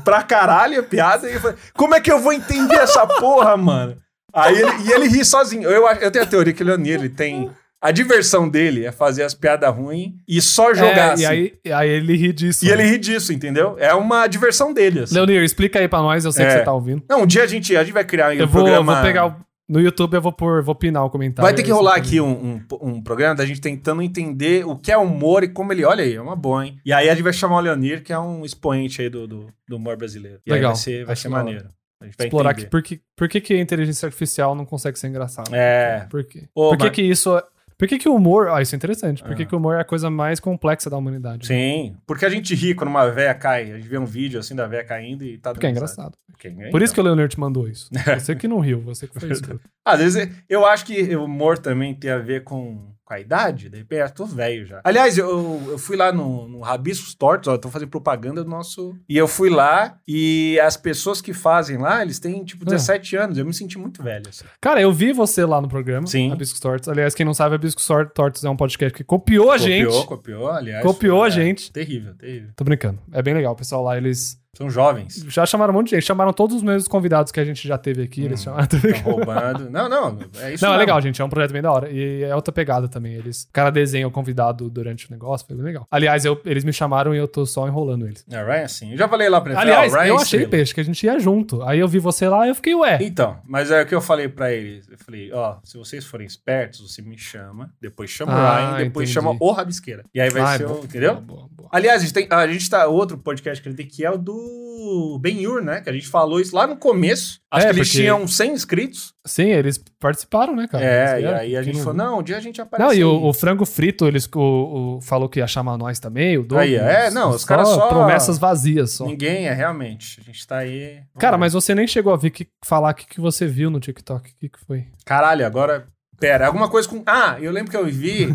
Speaker 1: pra caralho a piada. E eu falei, como é que eu vou entender essa porra, mano? Aí ele, e ele ri sozinho. Eu, acho- eu tenho a teoria que é o Leonir, ele tem. A diversão dele é fazer as piadas ruins e só jogar
Speaker 2: É,
Speaker 1: assim.
Speaker 2: e aí, e aí ele ri disso.
Speaker 1: E
Speaker 2: né?
Speaker 1: ele ri disso, entendeu? É uma diversão dele, assim.
Speaker 2: Leonir, explica aí pra nós, eu sei que
Speaker 1: É.
Speaker 2: você tá ouvindo.
Speaker 1: Não, um dia a gente, a gente vai criar um
Speaker 2: Eu vou,
Speaker 1: programa...
Speaker 2: vou pegar o- né? no YouTube, eu vou pôr, vou pinar o comentário.
Speaker 1: Vai ter que rolar aqui um, um, um programa da gente tentando entender o que é humor e como ele... Olha aí, é uma boa, hein? E aí a gente vai chamar o Leonir, que é um expoente aí do, do, do humor brasileiro. E aí
Speaker 2: Legal.
Speaker 1: vai ser, vai
Speaker 2: Acho
Speaker 1: ser
Speaker 2: da hora.
Speaker 1: maneiro. A gente vai
Speaker 2: Explorar que,
Speaker 1: entender.
Speaker 2: por, que, por que, que a inteligência artificial não consegue ser engraçada.
Speaker 1: É.
Speaker 2: Por quê?
Speaker 1: Ô,
Speaker 2: por que,
Speaker 1: Mar-
Speaker 2: que isso. é- Por que, que o humor. Ah, isso é interessante. Por que,
Speaker 1: Ah.
Speaker 2: que o humor é a coisa mais complexa da humanidade?
Speaker 1: Sim, porque a gente ri quando uma véia cai. A gente vê um vídeo assim da véia caindo e tá...
Speaker 2: Porque é
Speaker 1: dando
Speaker 2: engraçado.
Speaker 1: risada. Porque é
Speaker 2: Por isso que o Leonir te mandou isso. Você que não riu, você que fez isso.
Speaker 1: Às vezes, eu acho que o humor também tem a ver com, com a idade, de repente, eu tô velho já. Aliás, eu, eu fui lá no, no Rabiscos Tortos, ó, eu tô fazendo propaganda do nosso... E eu fui lá, e as pessoas que fazem lá, eles têm, tipo,
Speaker 2: Ah.
Speaker 1: 17 anos, eu me senti muito velho, assim.
Speaker 2: Cara, eu vi você lá no programa,
Speaker 1: Sim.
Speaker 2: Abiscos Tortos. Aliás, quem não sabe, Abiscos Tor- Tortos é um podcast que copiou a gente.
Speaker 1: Copiou, copiou, aliás.
Speaker 2: Copiou a
Speaker 1: é,
Speaker 2: gente.
Speaker 1: Terrível, terrível.
Speaker 2: Tô brincando. É bem legal. O pessoal lá, eles
Speaker 1: São jovens.
Speaker 2: já chamaram um monte de gente. Chamaram todos os mesmos convidados que a gente já teve aqui.
Speaker 1: Hum.
Speaker 2: Eles chamaram. Tô
Speaker 1: Estão
Speaker 2: brincando.
Speaker 1: roubando. Não, não, é isso
Speaker 2: Não,
Speaker 1: mesmo.
Speaker 2: é legal, gente. É um projeto bem da hora. E é outra pegada também. Eles, o cara desenha o convidado durante o negócio. Foi bem legal. Aliás, eu- eles me chamaram e eu tô só enrolando eles.
Speaker 1: É Ryan, sim. Eu já falei lá pra ele.
Speaker 2: Aliás,
Speaker 1: ó, Ryan
Speaker 2: eu achei,
Speaker 1: Estrela.
Speaker 2: peixe, que a gente ia junto. Aí eu vi você lá e eu fiquei, ué.
Speaker 1: Então, mas é o que eu falei pra eles. Eu falei, ó, se vocês forem espertos, você me chama, depois chama
Speaker 2: Ah,
Speaker 1: o Ryan, depois
Speaker 2: entendi.
Speaker 1: chama o Rabisqueira. E aí vai
Speaker 2: Ah, é
Speaker 1: ser o,
Speaker 2: boa,
Speaker 1: entendeu?
Speaker 2: boa, boa, boa.
Speaker 1: Aliás, a gente, tem, a gente tá outro podcast que ele tem que é o do Ben Yur, né? Que a gente falou isso lá no começo. Acho
Speaker 2: É,
Speaker 1: que eles
Speaker 2: porque-
Speaker 1: tinham 100 inscritos.
Speaker 2: Sim, eles participaram, né, cara?
Speaker 1: é,
Speaker 2: Eles
Speaker 1: e
Speaker 2: vieram.
Speaker 1: aí a
Speaker 2: Quem
Speaker 1: gente falou,
Speaker 2: viu?
Speaker 1: não, um dia a gente aparece.
Speaker 2: Não, e
Speaker 1: aí.
Speaker 2: o, o frango frito, eles o, o- falou que ia chamar nós também, o Douglas.
Speaker 1: Aí, é, não, os caras só-
Speaker 2: Promessas vazias só.
Speaker 1: Ninguém é realmente. A gente tá aí. Vamos
Speaker 2: Cara,
Speaker 1: ver.
Speaker 2: mas você nem chegou a ver que, falar o que, que você viu no TikTok. O que, que foi?
Speaker 1: Caralho, agora. Pera, alguma coisa com. Ah, eu lembro que eu vi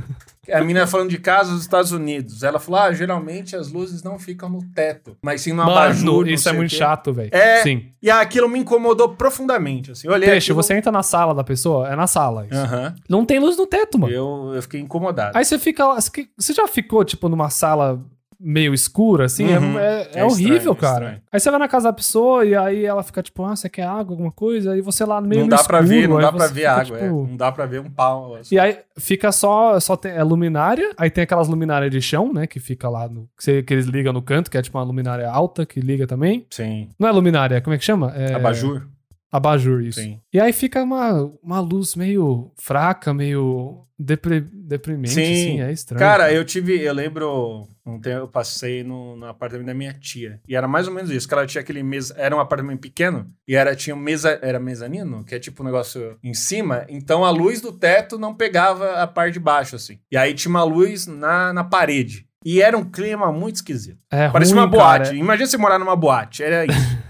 Speaker 1: a menina falando de casa dos Estados Unidos. Ela falou: ah, geralmente as luzes não ficam no teto, mas sim no Um abajur.
Speaker 2: Mano,
Speaker 1: não
Speaker 2: isso
Speaker 1: sei
Speaker 2: é
Speaker 1: o
Speaker 2: muito
Speaker 1: quê."
Speaker 2: chato, velho.
Speaker 1: É,
Speaker 2: Sim.
Speaker 1: E aquilo me incomodou profundamente. Assim, eu olhei.
Speaker 2: Peixe,
Speaker 1: aquilo-
Speaker 2: você entra na sala da pessoa, é na sala. isso.
Speaker 1: Aham.
Speaker 2: Não tem luz no teto, mano.
Speaker 1: Eu, eu fiquei incomodado.
Speaker 2: Aí você fica lá. você que- Você já ficou, tipo, numa sala meio escura, assim? É-
Speaker 1: Uhum.
Speaker 2: É, é
Speaker 1: É estranho,
Speaker 2: horrível,
Speaker 1: é
Speaker 2: cara.
Speaker 1: estranho.
Speaker 2: Aí você vai na casa da pessoa e aí ela fica, tipo, ah, você quer água, alguma coisa? Aí você lá no meio
Speaker 1: não
Speaker 2: no
Speaker 1: dá
Speaker 2: escuro,
Speaker 1: pra ver, não
Speaker 2: aí
Speaker 1: dá pra
Speaker 2: você
Speaker 1: ver
Speaker 2: fica,
Speaker 1: água. é.
Speaker 2: tipo-
Speaker 1: Não dá pra ver um pau. assim.
Speaker 2: E aí fica só, só tem, é luminária, aí tem aquelas luminárias de chão, né, que fica lá no, que, você- que eles ligam no canto, que é tipo uma luminária alta que liga também.
Speaker 1: Sim.
Speaker 2: Não é luminária, como é que chama? É,
Speaker 1: Abajur?
Speaker 2: Abajur, isso.
Speaker 1: Sim.
Speaker 2: E aí fica uma, uma luz meio fraca, meio depre- deprimente,
Speaker 1: Sim.
Speaker 2: assim, é estranho.
Speaker 1: Cara, eu tive. Eu lembro. Um tempo eu passei no, no apartamento da minha tia. E era mais ou menos isso. Que ela tinha aquele mesa. Era um apartamento pequeno. E era, tinha um mesa. Era mezanino, que é tipo um negócio em cima. Então a luz do teto não pegava a parte de baixo, assim. E aí tinha uma luz na, na parede. E era um clima muito esquisito.
Speaker 2: é
Speaker 1: Parecia
Speaker 2: ruim,
Speaker 1: uma boate.
Speaker 2: cara,
Speaker 1: Imagina você morar numa boate. Era isso.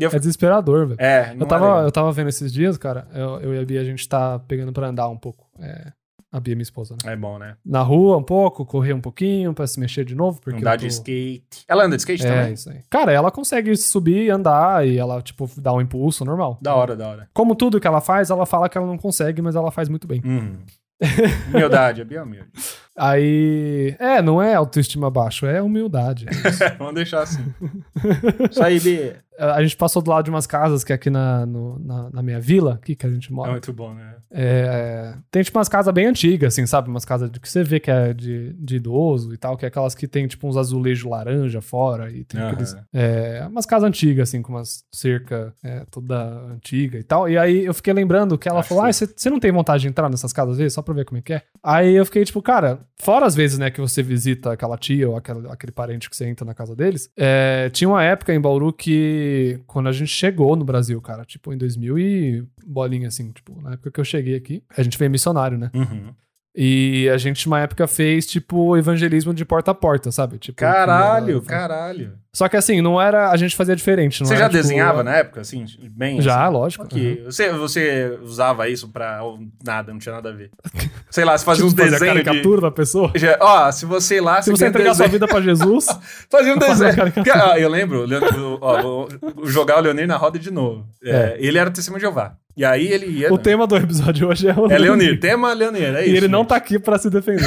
Speaker 2: É, é desesperador, velho.
Speaker 1: É, não
Speaker 2: Eu
Speaker 1: é
Speaker 2: tava,
Speaker 1: legal.
Speaker 2: eu tava vendo esses dias, cara, eu, eu e a Bia, a gente tá pegando pra andar um pouco. É, a Bia, minha esposa, né?
Speaker 1: É bom, né?
Speaker 2: Na rua um pouco, correr um pouquinho pra se mexer de novo, porque
Speaker 1: Andar
Speaker 2: eu
Speaker 1: de
Speaker 2: tô-
Speaker 1: skate. Ela anda de skate
Speaker 2: É,
Speaker 1: também?
Speaker 2: isso aí. Cara, ela consegue subir, andar e ela, tipo, dá um impulso normal.
Speaker 1: Da hora, da hora.
Speaker 2: Como tudo que ela faz, ela fala que ela não consegue, mas ela faz muito bem.
Speaker 1: Hum. Humildade, é bem humilde.
Speaker 2: Aí. É, não é autoestima baixo, é humildade.
Speaker 1: Vamos deixar assim. Isso aí, B.
Speaker 2: a gente passou do lado de umas casas que é aqui na, no- na, na minha vila, aqui que a gente
Speaker 1: É
Speaker 2: mora.
Speaker 1: muito bom, né?
Speaker 2: é, tem, tipo, umas casas bem antigas, assim, sabe? Umas casas de- que você vê que é de, de idoso e tal, que é aquelas que tem, tipo, uns azulejos laranja fora e tem
Speaker 1: Aham.
Speaker 2: aqueles É, umas casas antigas, assim, com umas cerca é, toda antiga e tal. E aí eu fiquei lembrando que ela
Speaker 1: Acho
Speaker 2: falou: Ah,
Speaker 1: que-
Speaker 2: você você não tem vontade de entrar nessas casas às vezes, só pra ver como é que é? Aí eu fiquei, tipo, cara, fora as vezes, né, que você visita aquela tia ou aquela- aquele parente que você entra na casa deles, é, tinha uma época em Bauru que, quando a gente chegou no Brasil, cara, tipo, em 2000 e bolinha, assim, tipo, na época que eu cheguei aqui, a gente veio missionário, né?
Speaker 1: Uhum.
Speaker 2: E a gente, uma época, fez, tipo, evangelismo de porta a porta, sabe? Tipo,
Speaker 1: Caralho,
Speaker 2: cara.
Speaker 1: caralho.
Speaker 2: Só que assim, não era. A gente fazia diferente, não
Speaker 1: Você
Speaker 2: era,
Speaker 1: já
Speaker 2: tipo,
Speaker 1: desenhava na época, assim? Bem?
Speaker 2: Já,
Speaker 1: assim?
Speaker 2: lógico.
Speaker 1: Ok.
Speaker 2: Uhum.
Speaker 1: Você, você usava isso pra ou nada, não tinha nada a ver. Sei lá, você fazia
Speaker 2: Tipo,
Speaker 1: uns
Speaker 2: fazer a
Speaker 1: desenhos de...
Speaker 2: caricatura da pessoa.
Speaker 1: Já- Ó, se você ir lá...
Speaker 2: Se você
Speaker 1: vê
Speaker 2: entregar sua
Speaker 1: desenho-
Speaker 2: vida pra Jesus,
Speaker 1: Fazia um
Speaker 2: Fazer
Speaker 1: desenho.
Speaker 2: uma caricatura.
Speaker 1: Porque, ó, eu lembro, o Leandro- ó, vou jogar o Leonir na roda de novo. É, Ele era testemunho de Jeová. E aí ele ia.
Speaker 2: É. O tema do episódio hoje é o.
Speaker 1: É Leonir, tema Leonir, é isso.
Speaker 2: E ele não tá aqui pra se defender.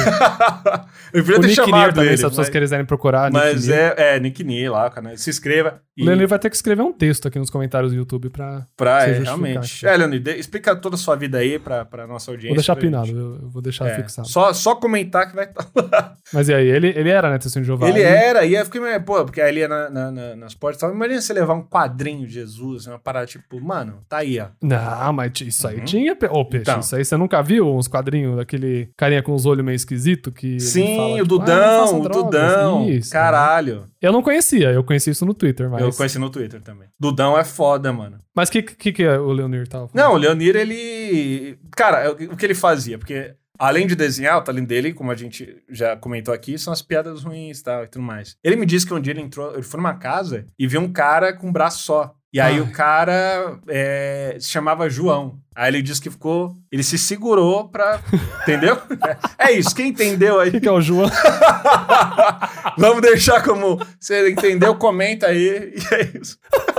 Speaker 1: Eu podia
Speaker 2: o
Speaker 1: ter
Speaker 2: Nick Nier
Speaker 1: chamado
Speaker 2: também,
Speaker 1: ele,
Speaker 2: se as pessoas
Speaker 1: mas-
Speaker 2: quiserem procurar. Nick
Speaker 1: Mas
Speaker 2: Nier.
Speaker 1: é, é, Nick Nier lá, cara. Se inscreva.
Speaker 2: O Leonir vai ter que escrever um texto aqui nos comentários do YouTube pra.
Speaker 1: pra,
Speaker 2: se
Speaker 1: é,
Speaker 2: justificar,
Speaker 1: realmente.
Speaker 2: acho.
Speaker 1: É, Leonir, de- explica toda a sua vida aí pra, pra nossa audiência.
Speaker 2: Vou deixar
Speaker 1: pra gente.
Speaker 2: pinado, eu eu vou deixar
Speaker 1: É,
Speaker 2: fixado.
Speaker 1: Só, só comentar que vai estar lá.
Speaker 2: Mas e aí, ele, ele era, né, Testemunho de Jeová?
Speaker 1: Ele é,
Speaker 2: E-
Speaker 1: era, e aí eu fiquei, meio, pô, porque ali é na, na, na, nas portas e tal. Imagina você levar um quadrinho de Jesus, né, uma parada tipo, mano, tá aí, ó.
Speaker 2: Não, mas t- isso aí
Speaker 1: Uhum.
Speaker 2: tinha. pe- Ô, peixe,
Speaker 1: Então.
Speaker 2: isso aí você nunca viu uns quadrinhos daquele carinha com os olhos meio esquisito que. ele
Speaker 1: Sim,
Speaker 2: fala,
Speaker 1: o
Speaker 2: tipo, "Ah, não
Speaker 1: Dudão,
Speaker 2: façam
Speaker 1: o
Speaker 2: drogas",
Speaker 1: Dudão.
Speaker 2: isso, né?
Speaker 1: caralho.
Speaker 2: Eu não conhecia, eu conheci isso no Twitter, mas.
Speaker 1: Eu conheci no Twitter também. Dudão é foda, mano.
Speaker 2: Mas o que, que, que o Leonir tava falando?
Speaker 1: Não, o Leonir, ele. Cara, é o que ele fazia? Porque além de desenhar, o talento dele, como a gente já comentou aqui, são as piadas ruins e tal e tudo mais. Ele me disse que um dia ele entrou, ele foi numa casa e viu um cara com um braço só. E aí
Speaker 2: Ai.
Speaker 1: o cara é, se chamava João. Aí ele disse que ficou. Ele se segurou pra. Entendeu? É isso. Quem entendeu aí?
Speaker 2: O que, que é o João?
Speaker 1: Vamos deixar como. Você entendeu? Comenta aí. E é isso.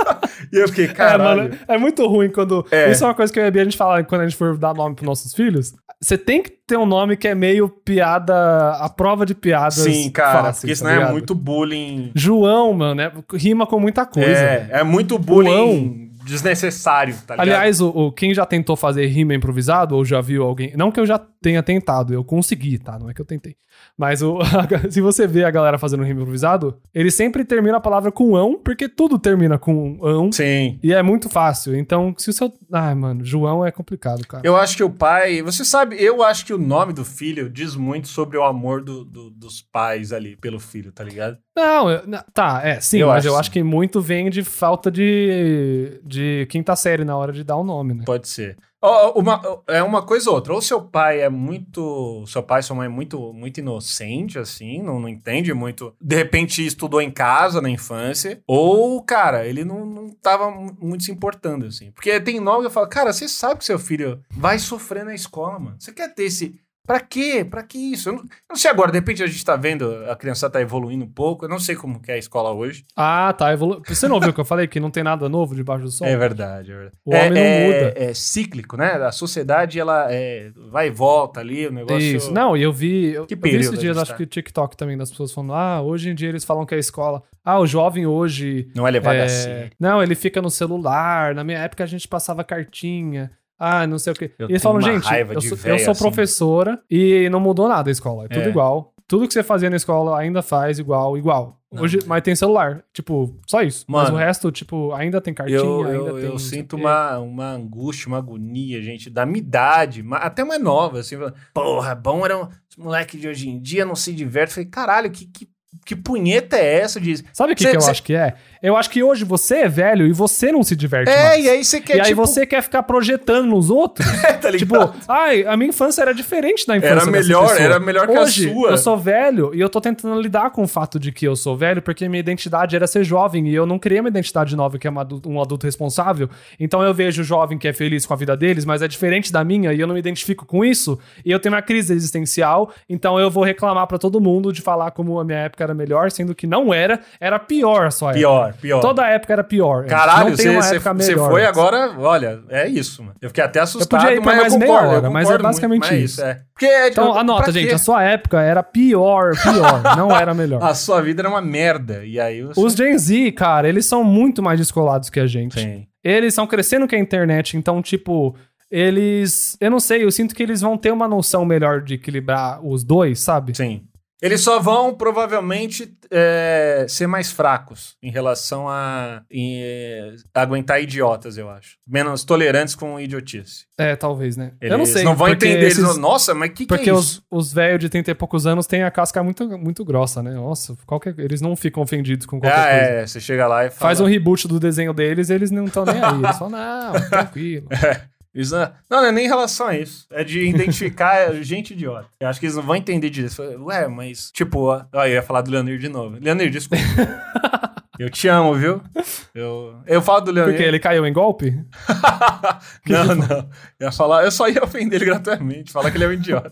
Speaker 1: E eu fiquei, caralho.
Speaker 2: É, mano, é muito ruim quando.
Speaker 1: É.
Speaker 2: Isso é uma coisa que eu e a Bia, a gente fala quando a gente for dar nome pros nossos filhos. Você tem que ter um nome que é meio piada. A prova de piadas.
Speaker 1: Sim, cara.
Speaker 2: fácil,
Speaker 1: porque
Speaker 2: tá
Speaker 1: senão é
Speaker 2: ligado?
Speaker 1: muito bullying.
Speaker 2: João, mano, é- rima com muita coisa.
Speaker 1: É, é muito bullying desnecessário, tá ligado?
Speaker 2: Aliás, o, o- quem já tentou fazer rima improvisado ou já viu alguém. Não que eu já tenha tentado, eu consegui, tá? Não é que eu tentei. Mas o- se você vê a galera fazendo rima improvisado, ele sempre termina a palavra com ão, porque tudo termina com ão.
Speaker 1: sim.
Speaker 2: E é muito fácil. Então, se o seu. Ai, mano, João é complicado, cara.
Speaker 1: Eu acho que o pai. Você sabe, eu acho que o nome do filho diz muito sobre o amor do- do- dos pais ali pelo filho, tá ligado?
Speaker 2: Não, eu- na- tá, é, sim,
Speaker 1: Eu
Speaker 2: mas
Speaker 1: acho
Speaker 2: eu
Speaker 1: sim.
Speaker 2: acho que muito vem de falta de, de quinta série na hora de dar o nome, né?
Speaker 1: Pode ser. Ó, ó, uma- ó, é uma coisa ou outra. Ou seu pai é muito. Seu pai, sua mãe é muito, muito inocente, assim, não, não entende muito. De repente estudou em casa na infância. Ou, cara, ele não, não tava mu- muito se importando, assim. Porque tem nome que eu falo, cara, você sabe que seu filho vai sofrer na escola, mano. Você quer ter esse. Pra quê? Pra que isso? Eu não, eu não sei agora, de repente a gente tá vendo, a criança tá evoluindo um pouco. Eu não sei como que é a escola hoje.
Speaker 2: Ah, tá. evolu- Você não ouviu o que eu falei? Que não tem nada novo debaixo do sol?
Speaker 1: É verdade, é verdade.
Speaker 2: O
Speaker 1: é,
Speaker 2: homem não
Speaker 1: é-
Speaker 2: muda.
Speaker 1: É cíclico, né? A sociedade, ela é, vai e volta ali, o negócio...
Speaker 2: Isso. Não, e eu vi. Eu,
Speaker 1: Que
Speaker 2: eu vi
Speaker 1: período
Speaker 2: esses
Speaker 1: a
Speaker 2: dias,
Speaker 1: gente
Speaker 2: acho
Speaker 1: tá?
Speaker 2: que TikTok também, das pessoas falando: ah, hoje em dia eles falam que a escola. Ah, o jovem hoje.
Speaker 1: Não é levado
Speaker 2: é,
Speaker 1: a sério.
Speaker 2: não, ele fica no celular. Na minha época a gente passava cartinha. Ah, não sei o quê.
Speaker 1: Eu
Speaker 2: E eles
Speaker 1: tenho
Speaker 2: falam,
Speaker 1: uma
Speaker 2: gente,
Speaker 1: raiva
Speaker 2: eu
Speaker 1: de
Speaker 2: sou, eu
Speaker 1: véia,
Speaker 2: sou
Speaker 1: assim."
Speaker 2: professora e não mudou nada a escola. É tudo
Speaker 1: É.
Speaker 2: igual. Tudo que você fazia na escola ainda faz igual, igual.
Speaker 1: Não.
Speaker 2: Hoje, mas tem celular. Tipo, só isso. mas
Speaker 1: Ah. Mano,
Speaker 2: o resto, tipo, ainda tem cartinha,
Speaker 1: Eu,
Speaker 2: ainda
Speaker 1: eu,
Speaker 2: tem.
Speaker 1: eu
Speaker 2: não sei
Speaker 1: sinto
Speaker 2: o quê.
Speaker 1: uma, uma angústia, uma agonia, gente, da minha idade, ma- até mais nova, assim. falando, Porra, bom era um esse moleque de hoje em dia, não se diverte. Falei, caralho, que, que, que punheta é essa? Diz.
Speaker 2: Sabe o que,
Speaker 1: Cê-
Speaker 2: que eu
Speaker 1: cê-
Speaker 2: acho que é? Eu acho que hoje você é velho e você não se diverte mais.
Speaker 1: É, e aí você quer,
Speaker 2: e aí
Speaker 1: tipo,
Speaker 2: você quer ficar projetando nos outros?
Speaker 1: tá
Speaker 2: tipo,
Speaker 1: ligado?
Speaker 2: ai, a minha infância era diferente da infância.
Speaker 1: Era
Speaker 2: dessa
Speaker 1: melhor,
Speaker 2: pessoa.
Speaker 1: era melhor que a
Speaker 2: Hoje,
Speaker 1: sua.
Speaker 2: Eu sou velho e eu tô tentando lidar com o fato de que eu sou velho, porque minha identidade era ser jovem e eu não criei uma identidade nova que é uma adu- um adulto responsável. Então eu vejo o jovem que é feliz com a vida deles, mas é diferente da minha e eu não me identifico com isso. E eu tenho uma crise existencial, então eu vou reclamar pra todo mundo de falar como a minha época era melhor, sendo que não era, era pior a sua época.
Speaker 1: Pior, pior.
Speaker 2: Toda época era pior.
Speaker 1: Caralho,
Speaker 2: É. Não tem uma
Speaker 1: você
Speaker 2: época
Speaker 1: você
Speaker 2: melhor.
Speaker 1: foi agora, olha, é isso, mano. Eu fiquei até assustado,
Speaker 2: podia ir pra
Speaker 1: mas
Speaker 2: mais
Speaker 1: eu
Speaker 2: meia
Speaker 1: concordo,
Speaker 2: hora,
Speaker 1: eu
Speaker 2: mas é
Speaker 1: concordo muito,
Speaker 2: basicamente
Speaker 1: mas é
Speaker 2: isso.
Speaker 1: é. Porque, é,
Speaker 2: Então,
Speaker 1: tipo,
Speaker 2: anota,
Speaker 1: pra
Speaker 2: gente,
Speaker 1: quê?
Speaker 2: a sua época era pior, pior, não era melhor.
Speaker 1: A sua vida era uma merda. E aí você...
Speaker 2: Os Gen Z, cara, eles são muito mais descolados que a gente.
Speaker 1: Sim.
Speaker 2: Eles estão crescendo com a internet, então, tipo, eles. Eu não sei, eu sinto que eles vão ter uma noção melhor de equilibrar os dois, sabe?
Speaker 1: Sim. Eles só vão provavelmente é, ser mais fracos em relação a em, é, aguentar idiotas, eu acho. Menos tolerantes com idiotice.
Speaker 2: É, talvez, né?
Speaker 1: Eles
Speaker 2: eu não sei.
Speaker 1: não vão
Speaker 2: porque
Speaker 1: entender.
Speaker 2: esses-
Speaker 1: Eles vão, Nossa, mas que, que
Speaker 2: Porque
Speaker 1: é isso?
Speaker 2: os, os velhos de 30 e poucos anos têm a casca muito, muito grossa, né? Nossa, qualquer, eles não ficam ofendidos com qualquer
Speaker 1: Ah,
Speaker 2: coisa.
Speaker 1: é. Você chega lá e fala.
Speaker 2: Faz um reboot do desenho deles, eles não estão nem aí. Eles falam, não, tranquilo.
Speaker 1: É Eles não, não, não é nem em relação a isso. É de identificar gente idiota. Eu acho que eles não vão entender disso. Ué, mas, tipo, ó, ó, eu ia falar do Leonir de novo. Leonir, desculpa. eu te amo, viu? Eu, eu falo do Leonir.
Speaker 2: Porque ele caiu em golpe?
Speaker 1: não, não. Eu, ia falar, eu só ia ofender ele gratuitamente, falar que ele é um idiota.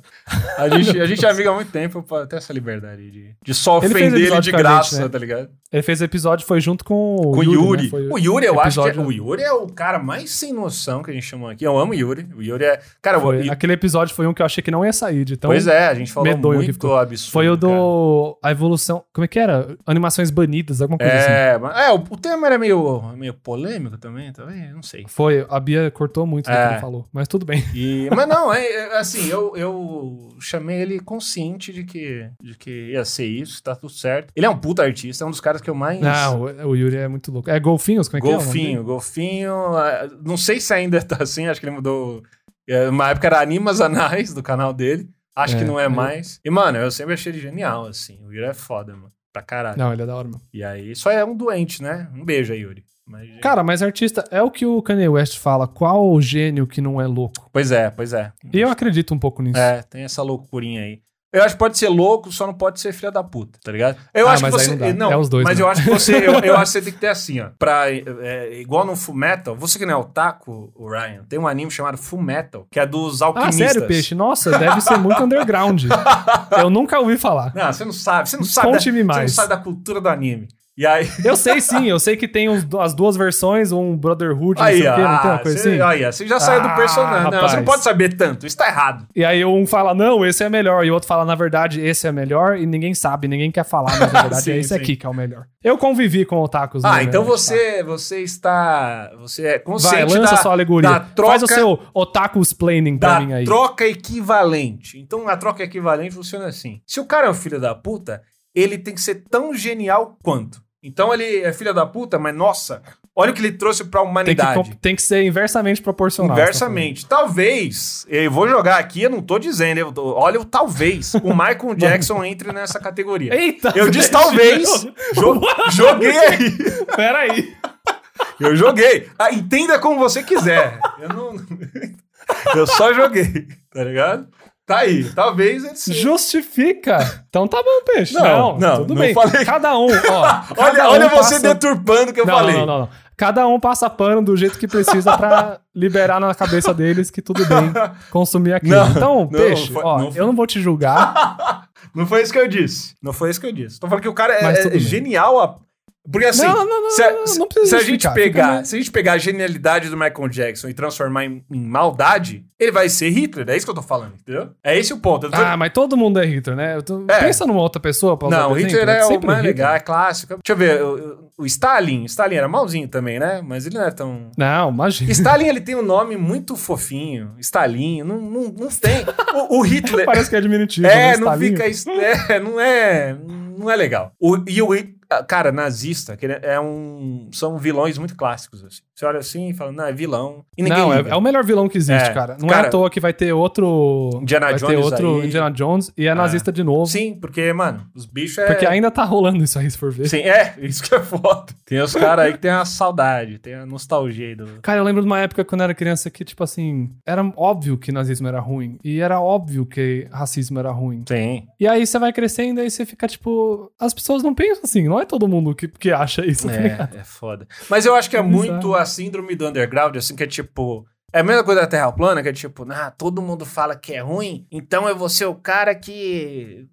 Speaker 1: A gente, a gente é amigo há muito tempo pra ter essa liberdade de, de só
Speaker 2: Ele fez
Speaker 1: ofender ele,
Speaker 2: episódio
Speaker 1: de
Speaker 2: com a gente,
Speaker 1: graça,
Speaker 2: né?
Speaker 1: tá ligado?
Speaker 2: Ele fez episódio, foi junto com o
Speaker 1: Com o
Speaker 2: Yuri.
Speaker 1: Yuri.
Speaker 2: né? Foi-
Speaker 1: O Yuri, eu acho que é,
Speaker 2: episódio- né?
Speaker 1: o Yuri é o cara mais sem noção que a gente chamou aqui. Eu amo o Yuri. O Yuri é. Cara,
Speaker 2: foi-
Speaker 1: o, e-
Speaker 2: aquele episódio foi um que eu achei que não ia sair de tão
Speaker 1: pois é, a gente falou
Speaker 2: medonho que
Speaker 1: muito
Speaker 2: ficou.
Speaker 1: absurdo.
Speaker 2: Foi Então, o
Speaker 1: cara.
Speaker 2: do. A evolução. Como é que era? Animações banidas, alguma coisa assim.
Speaker 1: É, mas- é, o, o tema era meio, meio polêmico também, talvez, não sei.
Speaker 2: Foi, a Bia cortou muito do
Speaker 1: É.
Speaker 2: que ele falou, mas tudo bem.
Speaker 1: E- mas não, é, é, assim, eu, eu chamei ele consciente de que, de que ia ser isso, tá tudo certo. Ele é um puta artista, é um dos caras que eu mais.
Speaker 2: Não, o o Yuri é muito louco. É Golfinhos? Como é
Speaker 1: golfinho, golfinho. ah, Não sei se ainda tá assim, acho que ele mudou. é, Uma época era Animas Anais do canal dele. Acho que
Speaker 2: É,
Speaker 1: não é
Speaker 2: é.
Speaker 1: mais. E, mano, eu sempre achei ele genial, assim. O Yuri é foda, mano. Pra
Speaker 2: que é o nome
Speaker 1: caralho.
Speaker 2: dele? Não, ele é da hora, mano.
Speaker 1: E aí, só é um doente, né? Um beijo aí, Yuri. Mas-
Speaker 2: Cara, mas artista, é o que o Kanye West fala. Qual o gênio que não é louco?
Speaker 1: Pois é, pois é.
Speaker 2: E eu acredito um pouco nisso.
Speaker 1: É, tem essa loucurinha aí. Eu acho que pode ser louco, só não pode ser filha da puta, tá ligado? Eu
Speaker 2: Ah,
Speaker 1: acho que
Speaker 2: mas aí
Speaker 1: você.
Speaker 2: não dá.
Speaker 1: Não,
Speaker 2: É os dois,
Speaker 1: mas
Speaker 2: né?
Speaker 1: eu acho que você. Eu, eu acho que você tem que ter assim, ó. Pra, é, é, igual no Full Metal, você que não é otaku, o Ryan, tem um anime chamado Full Metal, que é dos
Speaker 2: Ah,
Speaker 1: alquimistas.
Speaker 2: sério, Peixe? Nossa, deve ser muito underground. Eu nunca ouvi falar.
Speaker 1: Não, você não sabe. Você não sabe, da,
Speaker 2: Conte-me
Speaker 1: você não
Speaker 2: mais.
Speaker 1: sabe da cultura do anime. E aí.
Speaker 2: Eu sei sim, eu sei que tem os- as duas versões, um Brotherhood, não
Speaker 1: Aí,
Speaker 2: sei o quê, não tem
Speaker 1: ah,
Speaker 2: uma coisa
Speaker 1: você,
Speaker 2: assim?
Speaker 1: aí, ó, você já saiu do
Speaker 2: Ah,
Speaker 1: personagem. Não, você não
Speaker 2: rapaz.
Speaker 1: pode saber tanto. Isso tá errado.
Speaker 2: E aí um fala, não, esse é melhor. E o outro fala, na verdade, esse é melhor. E ninguém sabe, ninguém quer falar, mas na verdade
Speaker 1: Sim,
Speaker 2: é esse
Speaker 1: sim.
Speaker 2: aqui que é o melhor. Eu convivi com otakus.
Speaker 1: Ah,
Speaker 2: né,
Speaker 1: então
Speaker 2: né, tá?
Speaker 1: você, você está. Você é
Speaker 2: Vai,
Speaker 1: consciente
Speaker 2: lança
Speaker 1: da,
Speaker 2: sua alegoria.
Speaker 1: da troca.
Speaker 2: Faz o seu otaku explaining pra
Speaker 1: da
Speaker 2: mim aí.
Speaker 1: troca equivalente. Então, a troca equivalente funciona assim. Se o cara é um filho da puta, ele tem que ser tão genial quanto. Então, ele é filho da puta, mas nossa, olha o que ele trouxe pra
Speaker 2: Tem que,
Speaker 1: humanidade.
Speaker 2: com- tem que ser inversamente proporcional.
Speaker 1: Inversamente. Talvez, eu vou jogar aqui, eu não tô dizendo, eu tô- olha, o talvez o Michael Jackson entre nessa
Speaker 2: você
Speaker 1: categoria.
Speaker 2: tá falando. Eita!
Speaker 1: Eu disse
Speaker 2: velho.
Speaker 1: talvez. Jo- joguei aí.
Speaker 2: Peraí.
Speaker 1: Eu joguei. Ah, entenda como você quiser. Eu não. Eu só joguei, tá ligado? Tá aí. Talvez ele seja.
Speaker 2: Justifica. Então tá bom, peixe.
Speaker 1: Não,
Speaker 2: Não,
Speaker 1: não,
Speaker 2: tudo
Speaker 1: não
Speaker 2: bem.
Speaker 1: falei.
Speaker 2: Cada um, ó. cada
Speaker 1: Olha,
Speaker 2: um
Speaker 1: olha você
Speaker 2: passa-
Speaker 1: deturpando o que eu
Speaker 2: não,
Speaker 1: falei.
Speaker 2: Não, não, não. Cada um passa pano do jeito que precisa pra liberar na cabeça deles que tudo bem consumir aquilo.
Speaker 1: Não,
Speaker 2: então,
Speaker 1: não,
Speaker 2: peixe,
Speaker 1: foi-
Speaker 2: ó,
Speaker 1: não foi-
Speaker 2: eu não vou te julgar.
Speaker 1: Não foi isso que eu disse. Não foi isso que eu disse. Tô falando que o cara
Speaker 2: Mas
Speaker 1: é- é,
Speaker 2: tudo bem.
Speaker 1: genial. a- Porque assim.
Speaker 2: não, não, não,
Speaker 1: se a,
Speaker 2: não,
Speaker 1: se-
Speaker 2: não precisa
Speaker 1: se a gente
Speaker 2: justificar,
Speaker 1: pegar,
Speaker 2: fica-
Speaker 1: se a gente pegar a genialidade do Michael Jackson e transformar em, em maldade, ele vai ser Hitler. É isso que eu tô falando, entendeu? É esse o ponto. Eu tô-
Speaker 2: Ah, mas todo mundo é Hitler, né? Eu tô-
Speaker 1: É.
Speaker 2: Pensa numa outra pessoa pra usar
Speaker 1: Não, o
Speaker 2: de exemplo,
Speaker 1: Hitler
Speaker 2: né?
Speaker 1: é o
Speaker 2: Sempre
Speaker 1: mais
Speaker 2: Hitler.
Speaker 1: legal, é clássico. Deixa eu ver, o, o Stalin, Stalin era malzinho também, né? Mas ele não é tão.
Speaker 2: Não, imagina.
Speaker 1: Stalin, ele tem um nome muito fofinho. Stalin, não, não, não tem. O, o Hitler.
Speaker 2: Parece que é diminutivo.
Speaker 1: é,
Speaker 2: né?
Speaker 1: não
Speaker 2: Stalinho.
Speaker 1: fica. es- É, não é. Não é legal. O, e o. Hit- ah, Cara, nazista, que ele é um. São vilões muito clássicos, assim. Você olha assim e fala, não, é vilão. E ninguém.
Speaker 2: Não, é,
Speaker 1: liga.
Speaker 2: é o melhor vilão que existe,
Speaker 1: É.
Speaker 2: cara. Não
Speaker 1: Cara,
Speaker 2: é à toa que vai ter outro.
Speaker 1: Indiana
Speaker 2: vai ter
Speaker 1: Jones
Speaker 2: outro
Speaker 1: aí.
Speaker 2: Indiana Jones e é nazista de novo.
Speaker 1: Sim, porque, mano, os bichos é.
Speaker 2: Porque ainda tá rolando isso aí, se for ver.
Speaker 1: Sim, é, isso que é foda. Tem os caras aí que tem a saudade, tem a nostalgia aí do.
Speaker 2: Cara, eu lembro de uma época quando eu era criança que, tipo assim, era óbvio que nazismo era ruim. E era óbvio que racismo era ruim.
Speaker 1: Tem.
Speaker 2: E aí você vai crescendo e você fica, tipo, as pessoas não pensam assim, não é todo mundo que, que acha isso. tá ligado?
Speaker 1: É, é foda. Mas eu acho que é
Speaker 2: Bizarro.
Speaker 1: muito a síndrome do underground, assim, que é tipo. É a mesma coisa da Terra plana, que é tipo, ah, todo mundo fala que é ruim, então eu vou ser o cara que.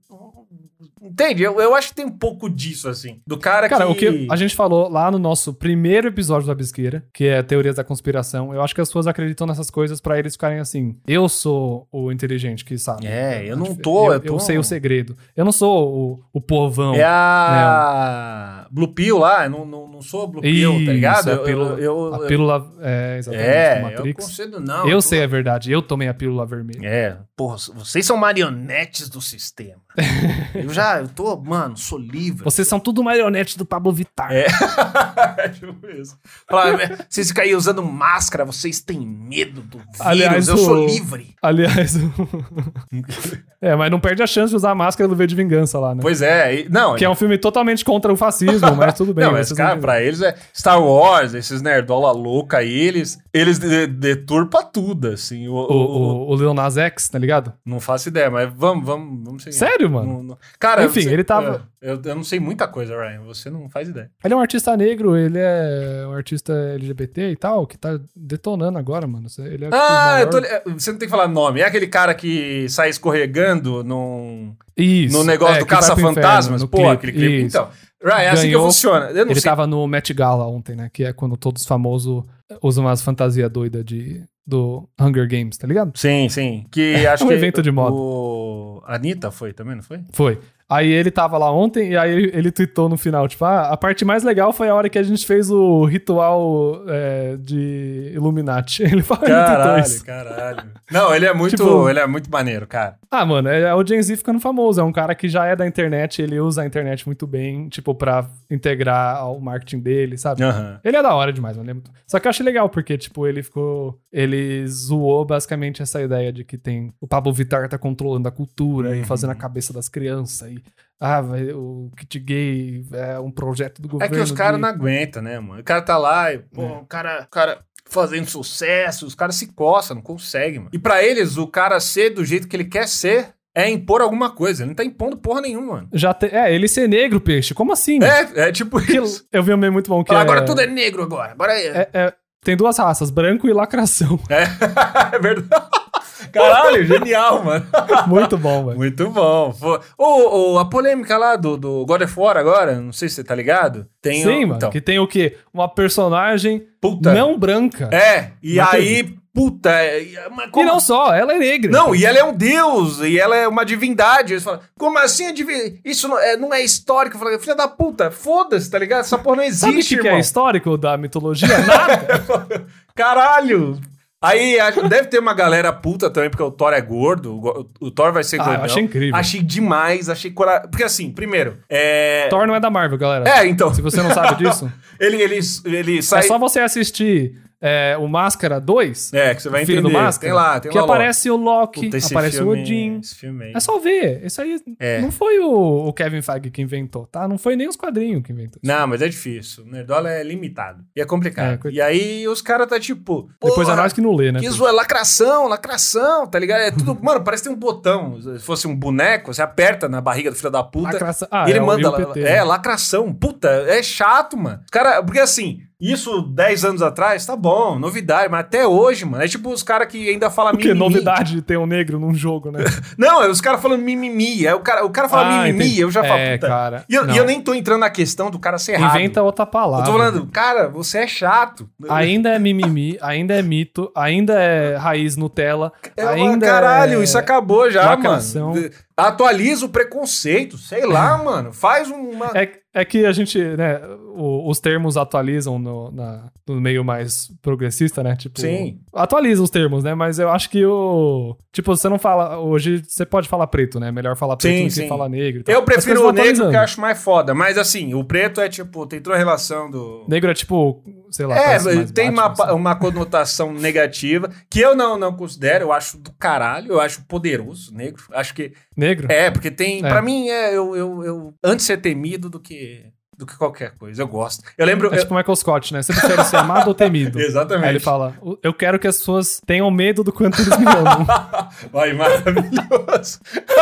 Speaker 1: Entende? Eu, eu acho que tem um pouco disso, assim. Do cara,
Speaker 2: Cara,
Speaker 1: que.
Speaker 2: o que a gente falou lá no nosso primeiro episódio da Bisqueira, que é Teorias da Conspiração, eu acho que as pessoas acreditam nessas coisas pra eles ficarem assim, eu sou o inteligente que sabe.
Speaker 1: É, eu não tô.
Speaker 2: Eu,
Speaker 1: Eu, tô...
Speaker 2: eu sei o segredo. Eu não sou o, o povão.
Speaker 1: É a. Blue Pill lá, eu não, não, não sou Blue Pill,
Speaker 2: Isso,
Speaker 1: tá ligado?
Speaker 2: a
Speaker 1: Eu,
Speaker 2: pílula-
Speaker 1: eu, eu,
Speaker 2: a pílula... É,
Speaker 1: eu,
Speaker 2: exatamente,
Speaker 1: é,
Speaker 2: do
Speaker 1: eu
Speaker 2: Matrix.
Speaker 1: concedo não.
Speaker 2: eu
Speaker 1: tô-
Speaker 2: sei a verdade, eu tomei a pílula vermelha.
Speaker 1: É, porra, vocês são marionetes do sistema. eu já, eu tô, mano, sou livre.
Speaker 2: Vocês são tudo marionete do Pablo Vittar.
Speaker 1: É. tipo isso. Fala, "Né, vocês ficam aí usando máscara, vocês têm medo do vírus,
Speaker 2: Aliás,
Speaker 1: eu sou
Speaker 2: o-
Speaker 1: livre.
Speaker 2: Aliás, o- é, mas não perde a chance de usar a máscara do V de Vingança lá, né?
Speaker 1: Pois é, e- não,
Speaker 2: Que é um filme totalmente contra o fascismo, mas tudo bem.
Speaker 1: não, mas
Speaker 2: vocês
Speaker 1: cara,
Speaker 2: não-
Speaker 1: pra eles é Star Wars, esses nerdola louca aí, eles, eles de- deturpa tudo, assim. O,
Speaker 2: O,
Speaker 1: o- o-
Speaker 2: o, o Lil Nas X, tá ligado?
Speaker 1: não faço ideia, mas vamos, vamos, vamos seguir.
Speaker 2: Sério, mano?
Speaker 1: Não- não- Cara,
Speaker 2: Enfim,
Speaker 1: você- é,
Speaker 2: ele tava-
Speaker 1: Eu, eu não sei muita coisa, Ryan, você não faz ideia.
Speaker 2: Ele é um artista negro, ele é um artista LGBT e tal, que tá detonando agora, mano. Ele é, tipo,
Speaker 1: Ah,
Speaker 2: o
Speaker 1: eu tô...
Speaker 2: maior-
Speaker 1: li- Você não tem que falar nome. É aquele cara que sai escorregando num...
Speaker 2: Isso,
Speaker 1: no negócio
Speaker 2: é,
Speaker 1: do
Speaker 2: que vai pro
Speaker 1: caça-fantasmas,
Speaker 2: inferno, no
Speaker 1: pô, aquele clipe.
Speaker 2: Isso.
Speaker 1: Então, Right, é assim que
Speaker 2: Ganhou.
Speaker 1: funciona. Eu não
Speaker 2: Ele tá-
Speaker 1: sei.
Speaker 2: tava no Met Gala ontem, né? Que é quando todos famosos usam as fantasias doidas de, do Hunger Games, tá ligado?
Speaker 1: Sim, sim. Que acho
Speaker 2: um
Speaker 1: que
Speaker 2: evento de moda.
Speaker 1: O... a Anitta foi também, não foi?
Speaker 2: Foi. Aí ele tava lá ontem e aí ele, ele tweetou no final, tipo, ah, a parte mais legal foi a hora que a gente fez o ritual é, de Illuminati. Ele falou ele tweetou
Speaker 1: Caralho,
Speaker 2: isso.
Speaker 1: caralho. Não, ele é muito,
Speaker 2: então, Tipo-
Speaker 1: ele é muito maneiro, cara.
Speaker 2: Ah, mano, é, é o Gen Z ficando famoso. É um cara que já é da internet, ele usa a internet muito bem, tipo, pra integrar ao marketing dele, sabe?
Speaker 1: Aham.
Speaker 2: Ele é da hora demais, mano. Ele é muito- Só que eu achei legal, porque, tipo, ele ficou. Ele zoou basicamente essa ideia de que tem. O Pablo Vittar tá controlando a cultura e
Speaker 1: Uhum.
Speaker 2: fazendo a cabeça das crianças. E. Ah, vai- o kit gay é um projeto do
Speaker 1: É
Speaker 2: governo.
Speaker 1: que os caras
Speaker 2: de- É.
Speaker 1: não aguentam, né, mano? O cara tá lá e, pô, o cara, o cara fazendo sucesso, os caras se coçam, não conseguem, mano. E pra eles, o cara ser do jeito que ele quer ser é impor alguma coisa. Ele não tá impondo porra nenhuma, mano.
Speaker 2: Já te- É, ele ser negro, peixe. Como assim? mano?
Speaker 1: É, é tipo
Speaker 2: Que-
Speaker 1: isso.
Speaker 2: Eu vi um meme muito bom que.
Speaker 1: Fala,
Speaker 2: é-
Speaker 1: Agora tudo é negro agora. Agora é.
Speaker 2: é- é- Tem duas raças, branco e lacração.
Speaker 1: É, é verdade. Caralho, genial, mano.
Speaker 2: Muito bom, velho.
Speaker 1: Muito bom. Foi. Ô, ô, a polêmica lá do, do God of War agora, não sei se você tá ligado. Tem o-
Speaker 2: Sim, mano.
Speaker 1: então,
Speaker 2: Que tem o quê? Uma personagem
Speaker 1: puta.
Speaker 2: não branca.
Speaker 1: É, e
Speaker 2: Não
Speaker 1: aí, puta. é, mas
Speaker 2: E
Speaker 1: como-
Speaker 2: não só, ela é negra.
Speaker 1: Não, e ela é um deus, e ela é uma divindade. Eles falam, como assim é divi... Isso não é, não é histórico? Eu falei, filha da puta, foda-se, tá ligado? Essa porra não existe,
Speaker 2: Sabe o que, que
Speaker 1: irmão.
Speaker 2: é histórico da mitologia? Nada.
Speaker 1: Caralho! Aí acho que deve ter uma galera puta também, porque o Thor é gordo, o go- o Thor vai ser
Speaker 2: Ah, eu
Speaker 1: gordão.
Speaker 2: achei incrível.
Speaker 1: Achei demais, achei cora... Porque assim, primeiro, é...
Speaker 2: Thor não é da Marvel, galera.
Speaker 1: É, então,
Speaker 2: Se você não sabe disso,
Speaker 1: ele, ele, ele
Speaker 2: é
Speaker 1: sai...
Speaker 2: só você assistir é, o Máscara 2,
Speaker 1: É, que você vai
Speaker 2: Filho
Speaker 1: entender.
Speaker 2: do Máscara,
Speaker 1: Tem lá, tem
Speaker 2: que
Speaker 1: lá. o Loki.
Speaker 2: aparece o Loki,
Speaker 1: Puta, esse
Speaker 2: aparece
Speaker 1: filme-
Speaker 2: o Odin.
Speaker 1: Esse filme aí.
Speaker 2: É só ver. Isso aí
Speaker 1: É.
Speaker 2: não foi o, o Kevin Feige que inventou, tá? Não foi nem os quadrinhos que inventou.
Speaker 1: Não, mas é difícil. O Nerdola é limitado. E é
Speaker 2: É,
Speaker 1: complicado.
Speaker 2: coitado.
Speaker 1: e aí os caras tá tipo.
Speaker 2: Depois
Speaker 1: "Porra,
Speaker 2: a nós que não lê, né?
Speaker 1: Que zoa, lacração, lacração, tá ligado? É tudo. mano, parece que tem um botão. Se fosse um boneco, você aperta na barriga do filho da puta.
Speaker 2: Lacração- Ah,
Speaker 1: e ele
Speaker 2: é o
Speaker 1: manda lá.
Speaker 2: IUPT,
Speaker 1: É,
Speaker 2: né?
Speaker 1: lacração. Puta, é chato, mano. Os Cara, porque assim, isso 10 anos atrás, tá bom, novidade, mas até hoje, mano. É tipo os caras que ainda falam
Speaker 2: Porque é novidade de ter um negro num jogo, né?
Speaker 1: Não, é os caras falando mimimi. É o cara, o cara fala
Speaker 2: Ah,
Speaker 1: mimimi,
Speaker 2: entendi.
Speaker 1: eu já falo,
Speaker 2: É,
Speaker 1: puta.
Speaker 2: cara.
Speaker 1: E eu, e
Speaker 2: Não.
Speaker 1: eu nem tô entrando na questão do cara ser errado.
Speaker 2: Inventa outra
Speaker 1: Eu
Speaker 2: palavra.
Speaker 1: tô falando, cara, você é chato.
Speaker 2: Ainda é mimimi, ainda é mito, ainda é raiz Nutella,
Speaker 1: É, mano,
Speaker 2: ainda
Speaker 1: caralho,
Speaker 2: é...
Speaker 1: isso acabou já,
Speaker 2: lacração.
Speaker 1: mano. Atualiza o preconceito, sei lá, mano. Faz uma.
Speaker 2: É, é que a gente, né, o- os termos atualizam no, na- no meio mais progressista, né? Tipo,
Speaker 1: Sim.
Speaker 2: Atualiza os termos, né? Mas eu acho que o. Tipo, você não fala. Hoje você pode falar preto, né? Melhor falar preto
Speaker 1: Sim,
Speaker 2: do
Speaker 1: sim.
Speaker 2: que falar negro. e tal.
Speaker 1: Eu
Speaker 2: Tá As coisas
Speaker 1: prefiro
Speaker 2: vão
Speaker 1: o negro porque eu
Speaker 2: atualizando.
Speaker 1: acho mais foda. Mas assim, o preto é tipo, tem toda a relação do.
Speaker 2: Negro é tipo, sei lá.
Speaker 1: É,
Speaker 2: parece mais
Speaker 1: tem
Speaker 2: Batman,
Speaker 1: uma, pa-
Speaker 2: assim.
Speaker 1: uma conotação negativa que eu não, não considero, eu acho do caralho, eu acho poderoso negro. Acho que
Speaker 2: Negro?
Speaker 1: É, porque tem.
Speaker 2: É.
Speaker 1: Pra mim, é, eu, eu, eu. Antes ser temido do que, do que qualquer coisa. Eu gosto. Eu lembro.
Speaker 2: É,
Speaker 1: eu-
Speaker 2: tipo Michael Scott, né? Você prefere ser amado ou temido?
Speaker 1: Exatamente.
Speaker 2: Aí ele fala: Eu quero que as pessoas tenham medo do quanto eles me amam.
Speaker 1: Ai, maravilhoso.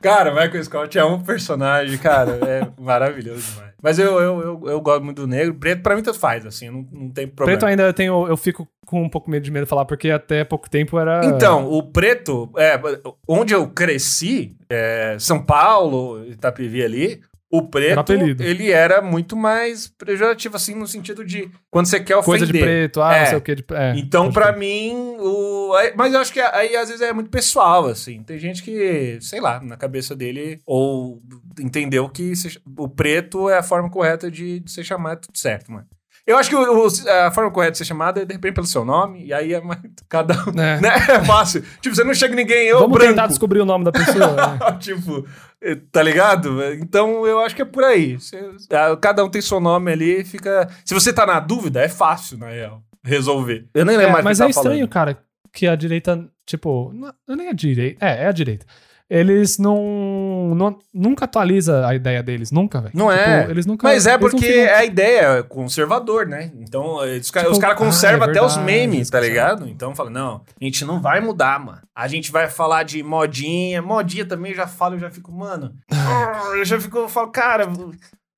Speaker 1: cara, Michael Scott é um personagem, cara. É maravilhoso demais. Mas eu, eu, eu, eu gosto muito do negro. Preto, pra mim, tanto faz, assim. Não, não tem problema.
Speaker 2: preto ainda eu tenho. Eu fico com um pouco medo de medo de falar, porque até pouco tempo era.
Speaker 1: Então, o preto, é, onde eu cresci, é, São Paulo, Itapevi ali, o
Speaker 2: Era
Speaker 1: preto,
Speaker 2: apelido.
Speaker 1: ele era muito mais pejorativo, assim, no sentido de quando você quer ofender.
Speaker 2: Coisa de preto, ah,
Speaker 1: É.
Speaker 2: não sei o que. De... É,
Speaker 1: Então,
Speaker 2: pode
Speaker 1: pra
Speaker 2: crer.
Speaker 1: mim, o. aí- Mas eu acho que aí às vezes é muito pessoal, assim. Tem gente que, sei lá, na cabeça dele, ou entendeu que se- o preto é a forma correta de, de ser chamado, tudo certo, mano. Eu acho que o- o- a forma correta de ser chamada é, de repente, pelo seu nome, e aí é mais, cada um.
Speaker 2: É.
Speaker 1: Né? É fácil. Tipo, você não chega ninguém, eu
Speaker 2: Vamos
Speaker 1: branco.
Speaker 2: tentar descobrir o nome da pessoa. né?
Speaker 1: tipo, eh, tá ligado? Então eu acho que é por aí. Você- ah, Cada um tem seu nome ali, fica. Se você tá na dúvida, é fácil, na real, resolver. Eu nem
Speaker 2: É,
Speaker 1: lembro mais o que
Speaker 2: mas
Speaker 1: eu
Speaker 2: é
Speaker 1: tava falando.
Speaker 2: estranho, cara, que a direita, tipo, não não é nem a direita, é, é a direita. Eles não, não- nunca atualiza a ideia deles, nunca, velho.
Speaker 1: Não é.
Speaker 2: Tipo, eles nunca.
Speaker 1: Mas é
Speaker 2: eles não
Speaker 1: porque
Speaker 2: ficam-
Speaker 1: a ideia é conservador, né? Então, eh, os caras
Speaker 2: Tipo,
Speaker 1: cara
Speaker 2: ah,
Speaker 1: conservam
Speaker 2: é
Speaker 1: até os
Speaker 2: verdade,
Speaker 1: memes, tá
Speaker 2: eles
Speaker 1: ligado? Então fala, não, a gente não vai mudar, mano. A gente vai falar de modinha, modinha também, eu já falo, eu já fico, mano. ah, eu já fico, eu falo, cara.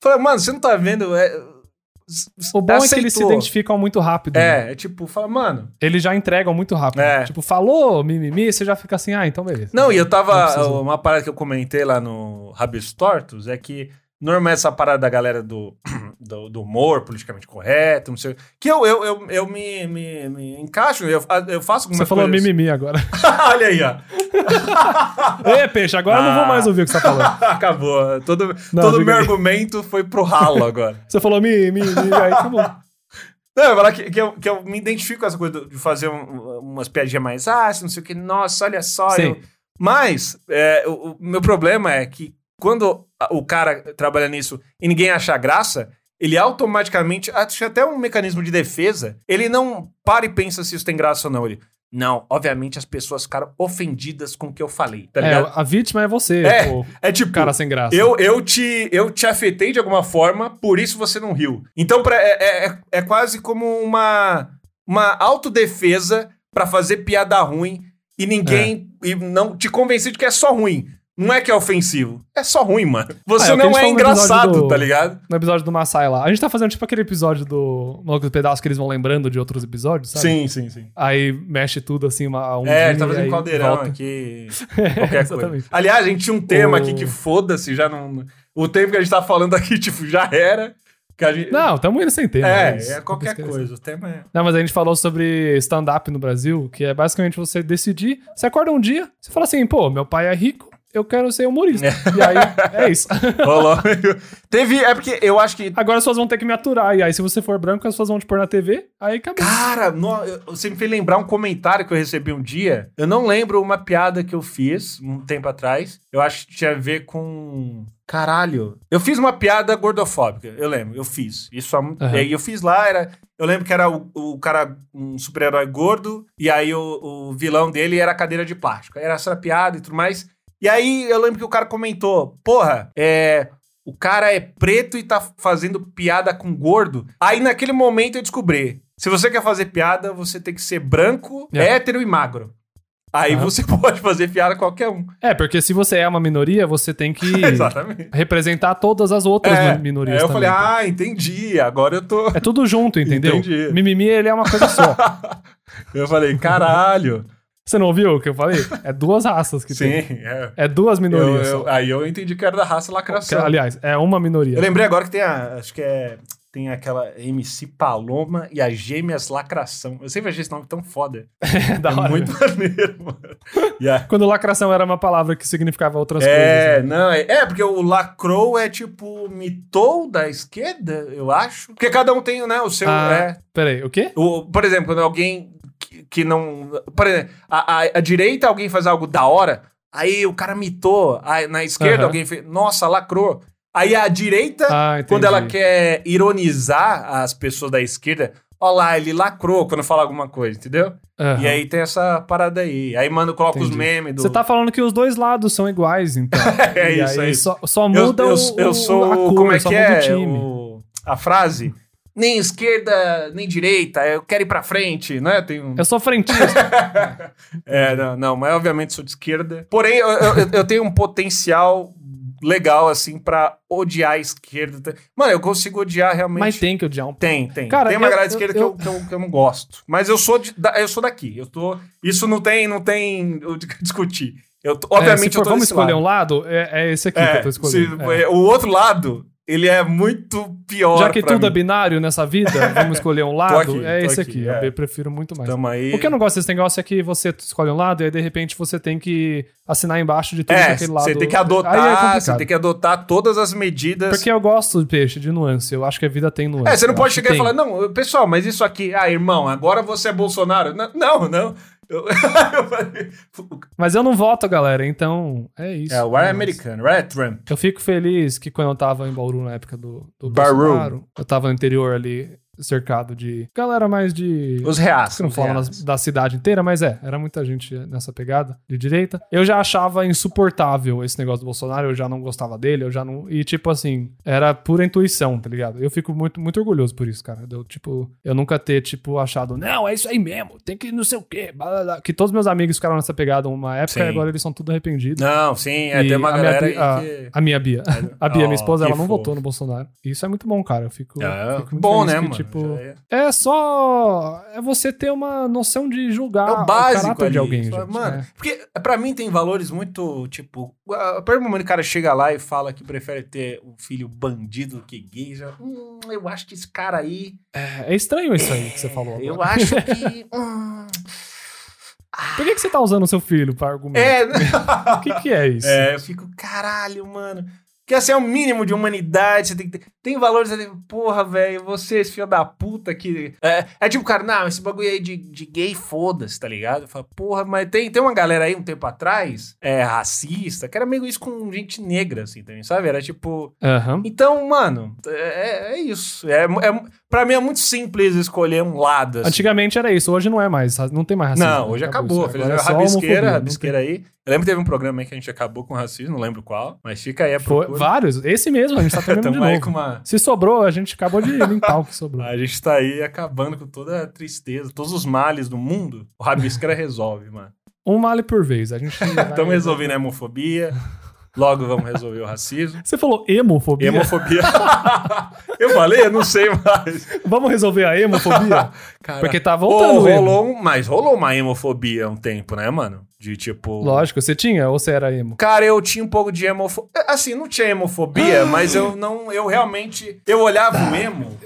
Speaker 1: Fala, mano, você não tá vendo? É,
Speaker 2: O bom é que eles se
Speaker 1: aceitou.
Speaker 2: identificam muito rápido. né?
Speaker 1: é, é tipo, fala, mano.
Speaker 2: Eles já entregam muito rápido.
Speaker 1: É.
Speaker 2: Tipo, falou mimimi, você já fica assim, ah, então beleza.
Speaker 1: Não, e eu
Speaker 2: Não
Speaker 1: tava.
Speaker 2: precisa.
Speaker 1: Uma parada que eu comentei lá no Rabis Tortos é que Normal essa parada da galera do, do, do humor politicamente correto, não sei. Que eu, eu, eu, eu me, me, me encaixo, eu, eu faço algumas
Speaker 2: Você falou
Speaker 1: coisas.
Speaker 2: mimimi agora.
Speaker 1: Olha aí, ó.
Speaker 2: Ê, peixe, agora eu não vou
Speaker 1: Ah.
Speaker 2: mais ouvir o que você tá falando.
Speaker 1: Acabou. Todo,
Speaker 2: Não,
Speaker 1: todo
Speaker 2: diga
Speaker 1: meu
Speaker 2: aí.
Speaker 1: argumento foi pro ralo agora.
Speaker 2: Você falou mimimi, mimimi, aí tá bom.
Speaker 1: Não, eu ia falar que, que, eu, que eu me identifico com essa coisa do- de fazer um- umas piadinhas mais ácidas, não sei o que. Nossa, olha só.
Speaker 2: Sim.
Speaker 1: eu- Mas, é, o, o meu problema é que quando a- o cara trabalha nisso e ninguém acha graça, ele automaticamente, acho que até um mecanismo de defesa, ele não para e pensa se isso tem graça ou não. Ele, não, obviamente as pessoas ficaram ofendidas com o que eu falei, tá
Speaker 2: É,
Speaker 1: ligado?
Speaker 2: a vítima é você,
Speaker 1: É.
Speaker 2: pô.
Speaker 1: É tipo,
Speaker 2: Cara sem graça.
Speaker 1: eu, eu, te, eu te afetei de alguma forma, por isso você não riu. Então pra- é, é, é quase como uma, uma autodefesa pra fazer piada ruim e ninguém
Speaker 2: É.
Speaker 1: e não te convencer de que é só ruim. Não é que é ofensivo, é só ruim, mano. Você
Speaker 2: Ah, é o que a
Speaker 1: não
Speaker 2: gente
Speaker 1: é
Speaker 2: falou no episódio
Speaker 1: engraçado,
Speaker 2: do-
Speaker 1: tá ligado?
Speaker 2: No episódio do Maasai lá. A gente tá fazendo tipo aquele episódio do Maluco do Pedaço que eles vão lembrando de outros episódios, sabe?
Speaker 1: Sim, sim, sim.
Speaker 2: Aí mexe tudo assim, uma, um
Speaker 1: É, ele
Speaker 2: dia,
Speaker 1: tá fazendo
Speaker 2: aí
Speaker 1: caldeirão
Speaker 2: volta.
Speaker 1: aqui.
Speaker 2: É,
Speaker 1: Qualquer coisa.
Speaker 2: exatamente.
Speaker 1: Aliás, a gente tinha um tema aqui
Speaker 2: O-
Speaker 1: que foda-se, já não. O tempo que a gente tá falando aqui, tipo, já era. Que a gente...
Speaker 2: Não, tamo indo sem tema. mas-
Speaker 1: é, é qualquer
Speaker 2: esquece.
Speaker 1: coisa. O tema é.
Speaker 2: Não, mas a gente falou sobre stand-up no Brasil, que é basicamente você decidir. Você acorda um dia, você fala assim, pô, meu pai é rico, eu quero ser humorista. E aí, é isso.
Speaker 1: Rolou. Teve. É porque eu acho que.
Speaker 2: Agora as pessoas vão ter que me aturar. E aí, se você for branco, as pessoas vão te pôr na TV, aí acabou.
Speaker 1: Cara, no- eu- você me fez lembrar um comentário que eu recebi um dia. Eu não lembro uma piada que eu fiz um tempo atrás. Eu acho que tinha a ver com. Caralho. Eu fiz uma piada gordofóbica. Eu lembro, eu fiz. Isso há muito.
Speaker 2: Aham.
Speaker 1: E eu fiz lá, era. Eu lembro que era o, o cara, um super-herói gordo, e aí o, o vilão dele era a cadeira de plástico. Era essa piada e tudo mais. E aí eu lembro que o cara comentou: Porra, é. O cara é preto e tá fazendo piada com gordo. Aí naquele momento eu descobri: se você quer fazer piada, você tem que ser branco,
Speaker 2: É.
Speaker 1: hétero e magro. Aí
Speaker 2: Aham.
Speaker 1: você pode fazer piada com qualquer um.
Speaker 2: É, porque se você é uma minoria, você tem que
Speaker 1: Exatamente.
Speaker 2: representar todas as outras
Speaker 1: É,
Speaker 2: minorias
Speaker 1: Aí eu
Speaker 2: também. tá?
Speaker 1: falei: ah, entendi. Agora eu tô.
Speaker 2: É tudo junto, entendeu?
Speaker 1: Entendi.
Speaker 2: Mimimi, ele é uma coisa só.
Speaker 1: Eu falei: caralho.
Speaker 2: Você não ouviu o que eu falei? É duas raças que
Speaker 1: Sim,
Speaker 2: tem.
Speaker 1: é.
Speaker 2: É duas
Speaker 1: Eu-
Speaker 2: minorias.
Speaker 1: eu-
Speaker 2: só.
Speaker 1: aí eu entendi que era da raça
Speaker 2: Que,
Speaker 1: lacração.
Speaker 2: aliás, é uma minoria.
Speaker 1: Eu lembrei agora que tem a. Acho que é. Tem aquela MC Paloma e as Gêmeas Lacração. Eu sempre achei esse nome tão foda.
Speaker 2: É da
Speaker 1: é
Speaker 2: hora.
Speaker 1: muito maneiro, mano. E a-
Speaker 2: Quando lacração era uma palavra que significava outras coisas.
Speaker 1: É,
Speaker 2: né?
Speaker 1: não, é, é, porque o lacrou é tipo mitou da esquerda, eu acho. Porque cada um tem, né, o seu.
Speaker 2: Ah.
Speaker 1: é.
Speaker 2: Peraí, o quê?
Speaker 1: O- por exemplo, quando alguém que, que não. Por exemplo, a, a- a direita alguém faz algo da hora, aí o cara mitou. Aí, na esquerda
Speaker 2: Aham.
Speaker 1: alguém fez. Nossa, lacrou. Aí a direita
Speaker 2: Ah, entendi.
Speaker 1: É, quando ela quer ironizar as pessoas da esquerda, ó lá, ele lacrou quando fala alguma coisa, entendeu?
Speaker 2: Aham.
Speaker 1: E aí tem essa parada aí. Aí, mano, coloca os
Speaker 2: Entendi.
Speaker 1: memes do.
Speaker 2: Você tá falando que os dois lados são iguais, então.
Speaker 1: É
Speaker 2: E
Speaker 1: isso aí.
Speaker 2: Só, só muda
Speaker 1: eu, eu,
Speaker 2: o,
Speaker 1: eu
Speaker 2: o-
Speaker 1: sou.
Speaker 2: a cor,
Speaker 1: como é
Speaker 2: só
Speaker 1: que
Speaker 2: muda o
Speaker 1: é
Speaker 2: time.
Speaker 1: o- a frase? Nem esquerda, nem direita, eu quero ir pra frente, né? Tem um.
Speaker 2: Eu sou frentista.
Speaker 1: É, não, não, mas obviamente sou de esquerda. Porém, eu, eu- eu- eu tenho um potencial legal, assim, pra odiar a esquerda. Mano, eu consigo odiar realmente.
Speaker 2: mas tem que odiar um
Speaker 1: Tem, tem.
Speaker 2: Cara,
Speaker 1: tem uma
Speaker 2: eu-
Speaker 1: grade
Speaker 2: eu-
Speaker 1: esquerda que eu- Que, eu, que, eu, não gosto. Mas eu sou, de- da- eu sou daqui. Eu tô. Isso não tem, não tem o de discutir. Eu tô- obviamente
Speaker 2: É, se for,
Speaker 1: eu tô
Speaker 2: vamos
Speaker 1: desse
Speaker 2: escolher
Speaker 1: lado.
Speaker 2: um lado, é, é esse aqui que eu tô
Speaker 1: É,
Speaker 2: escolhendo.
Speaker 1: se-
Speaker 2: É.
Speaker 1: é, O outro lado, ele é muito pior.
Speaker 2: Já que
Speaker 1: pra
Speaker 2: tudo é
Speaker 1: mim.
Speaker 2: binário nessa vida, vamos escolher um lado,
Speaker 1: aqui,
Speaker 2: é
Speaker 1: tô
Speaker 2: esse
Speaker 1: aqui,
Speaker 2: aqui.
Speaker 1: é.
Speaker 2: Eu prefiro muito mais.
Speaker 1: Tamo aí.
Speaker 2: O que eu não gosto desse negócio é que você escolhe um lado e aí de repente você tem que assinar embaixo de tudo
Speaker 1: É,
Speaker 2: daquele lado.
Speaker 1: você tem que
Speaker 2: Aí é
Speaker 1: adotar,
Speaker 2: complicado.
Speaker 1: você tem que adotar todas as medidas.
Speaker 2: Porque eu gosto de peixe, de nuance. Eu acho que a vida tem nuance.
Speaker 1: É, você não
Speaker 2: Eu
Speaker 1: pode
Speaker 2: acho que
Speaker 1: chegar e falar,
Speaker 2: tem.
Speaker 1: não, eu- pessoal, mas isso aqui, ah, irmão, agora você é Bolsonaro. Não, não. não. Eu- eu falei-
Speaker 2: Mas eu não voto, galera, então é isso.
Speaker 1: é, o ar é
Speaker 2: Nuance.
Speaker 1: americano, o ar é Trump.
Speaker 2: Eu fico feliz que quando eu tava em Bauru na época do, do
Speaker 1: Bauru.
Speaker 2: Bolsonaro, eu tava no interior ali, cercado de galera mais de...
Speaker 1: Os reaços.
Speaker 2: Você não
Speaker 1: os
Speaker 2: falava
Speaker 1: reaços.
Speaker 2: nas- da cidade inteira, mas é, era muita gente nessa pegada de direita. Eu já achava insuportável esse negócio do Bolsonaro, eu já não gostava dele, eu já não. E tipo assim, era pura intuição, tá ligado? Eu fico muito, muito orgulhoso por isso, cara. Eu, tipo, eu nunca ter, tipo, achado, não, é isso aí mesmo, tem que não sei o quê, blá, blá, blá", que todos meus amigos ficaram nessa pegada uma época
Speaker 1: Sim.
Speaker 2: e agora eles são tudo arrependidos.
Speaker 1: Não, sim, é,
Speaker 2: E
Speaker 1: tem uma
Speaker 2: a minha
Speaker 1: galera
Speaker 2: bi- a-
Speaker 1: aí que.
Speaker 2: A minha Bia. A Bia, minha
Speaker 1: Oh,
Speaker 2: esposa,
Speaker 1: que
Speaker 2: ela não
Speaker 1: fofo.
Speaker 2: votou no Bolsonaro. Isso é muito bom, cara. Eu fico.
Speaker 1: É,
Speaker 2: fico muito
Speaker 1: bom,
Speaker 2: feliz
Speaker 1: né,
Speaker 2: que,
Speaker 1: mano?
Speaker 2: tipo,
Speaker 1: já é-
Speaker 2: é só. É você ter uma noção de julgar
Speaker 1: É o básico
Speaker 2: caráter
Speaker 1: ali.
Speaker 2: de alguém.
Speaker 1: Só-
Speaker 2: gente,
Speaker 1: mano,
Speaker 2: né?
Speaker 1: porque pra mim tem valores muito, tipo... A partir do momento que o cara chega lá e fala que prefere ter um filho bandido do que gay, já... Hum, eu acho que esse cara aí...
Speaker 2: É, é estranho isso aí que você falou. Agora.
Speaker 1: É, Eu acho que... hum,
Speaker 2: Por que, que você tá usando o seu filho pra argumentar?
Speaker 1: é...
Speaker 2: O que, que é isso?
Speaker 1: É, eu fico, caralho, mano. Porque assim é o mínimo de humanidade. Você tem que ter. Tem valores. você tem- Porra, velho, vocês, filho da puta, que. É, é tipo, cara, não, esse bagulho aí de, de gay, foda-se, tá ligado? Eu falo, porra, mas tem, tem uma galera aí um tempo atrás, é, racista, que era meio isso com gente negra, assim, também, sabe? Era tipo.
Speaker 2: Aham.
Speaker 1: Então, mano, é, é- é isso. É, é, pra mim é muito simples escolher um lado. assim.
Speaker 2: Antigamente era isso, hoje não é mais. Não tem mais racismo.
Speaker 1: Não, hoje acabou.
Speaker 2: isso.
Speaker 1: Felizmente,
Speaker 2: Agora
Speaker 1: a
Speaker 2: é só
Speaker 1: rabisqueira,
Speaker 2: homofobia, né? não
Speaker 1: rabisqueira aí. Eu lembro que teve um programa aí que a gente acabou com racismo, não lembro qual, mas fica aí a
Speaker 2: tem- Foi,
Speaker 1: procura.
Speaker 2: vários, esse mesmo, a gente tá terminando de
Speaker 1: Tamo aí
Speaker 2: novo.
Speaker 1: com uma...
Speaker 2: Se sobrou, a gente acabou de limpar o que sobrou.
Speaker 1: A gente tá aí acabando com toda a tristeza, todos os males do mundo, o rabisqueira resolve, mano.
Speaker 2: Um male por vez. A gente. vai-
Speaker 1: Estamos resolvendo a hemofobia, logo vamos resolver o racismo.
Speaker 2: Você falou hemofobia?
Speaker 1: Hemofobia. eu falei, eu não sei mais.
Speaker 2: Vamos resolver a hemofobia?
Speaker 1: Cara,
Speaker 2: Porque tá voltando.
Speaker 1: Ô,
Speaker 2: o emo.
Speaker 1: rolou um, mas rolou uma hemofobia há um tempo, né, mano? De tipo.
Speaker 2: Lógico, você tinha ou você era emo?
Speaker 1: Cara, eu tinha um pouco de hemofobia. Assim, não tinha
Speaker 2: Ah.
Speaker 1: hemofobia, mas eu não. Eu realmente. Eu olhava o emo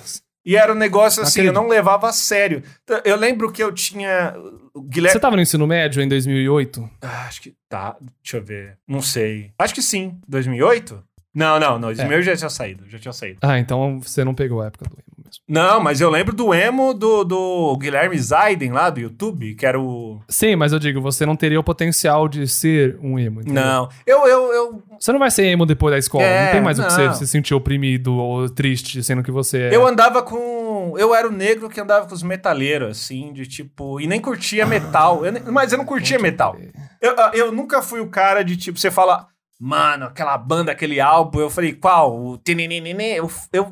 Speaker 1: e era um negócio assim, eu
Speaker 2: acredito.
Speaker 1: não levava a sério. T- Eu lembro que eu tinha. O
Speaker 2: Você
Speaker 1: Guilherme.
Speaker 2: tava no ensino médio em 2008?
Speaker 1: Ah, acho que tá. Deixa eu ver. Não sei. Acho que sim. 2008? Não, não, não.
Speaker 2: É.
Speaker 1: 2008 já tinha saído. Já tinha saído.
Speaker 2: Ah, então você não pegou a época do emo mesmo.
Speaker 1: Não, mas eu lembro do emo do, do Guilherme Zaiden lá do YouTube, que era o.
Speaker 2: Sim, mas eu digo, você não teria o potencial de ser um emo. entendeu?
Speaker 1: Não. Eu, eu, eu
Speaker 2: Você não vai ser emo depois da escola.
Speaker 1: É,
Speaker 2: não tem mais o que
Speaker 1: não.
Speaker 2: você se sentir oprimido ou triste, sendo que você é.
Speaker 1: Eu andava com. Eu era o negro que andava com os metaleiros, assim, de tipo. E nem curtia metal. Eu nem- mas eu não curtia metal. Eu, ah, eu nunca fui o cara de tipo, você fala. Mano, aquela banda, aquele álbum, eu falei, qual? O Tinininininê? Eu, eu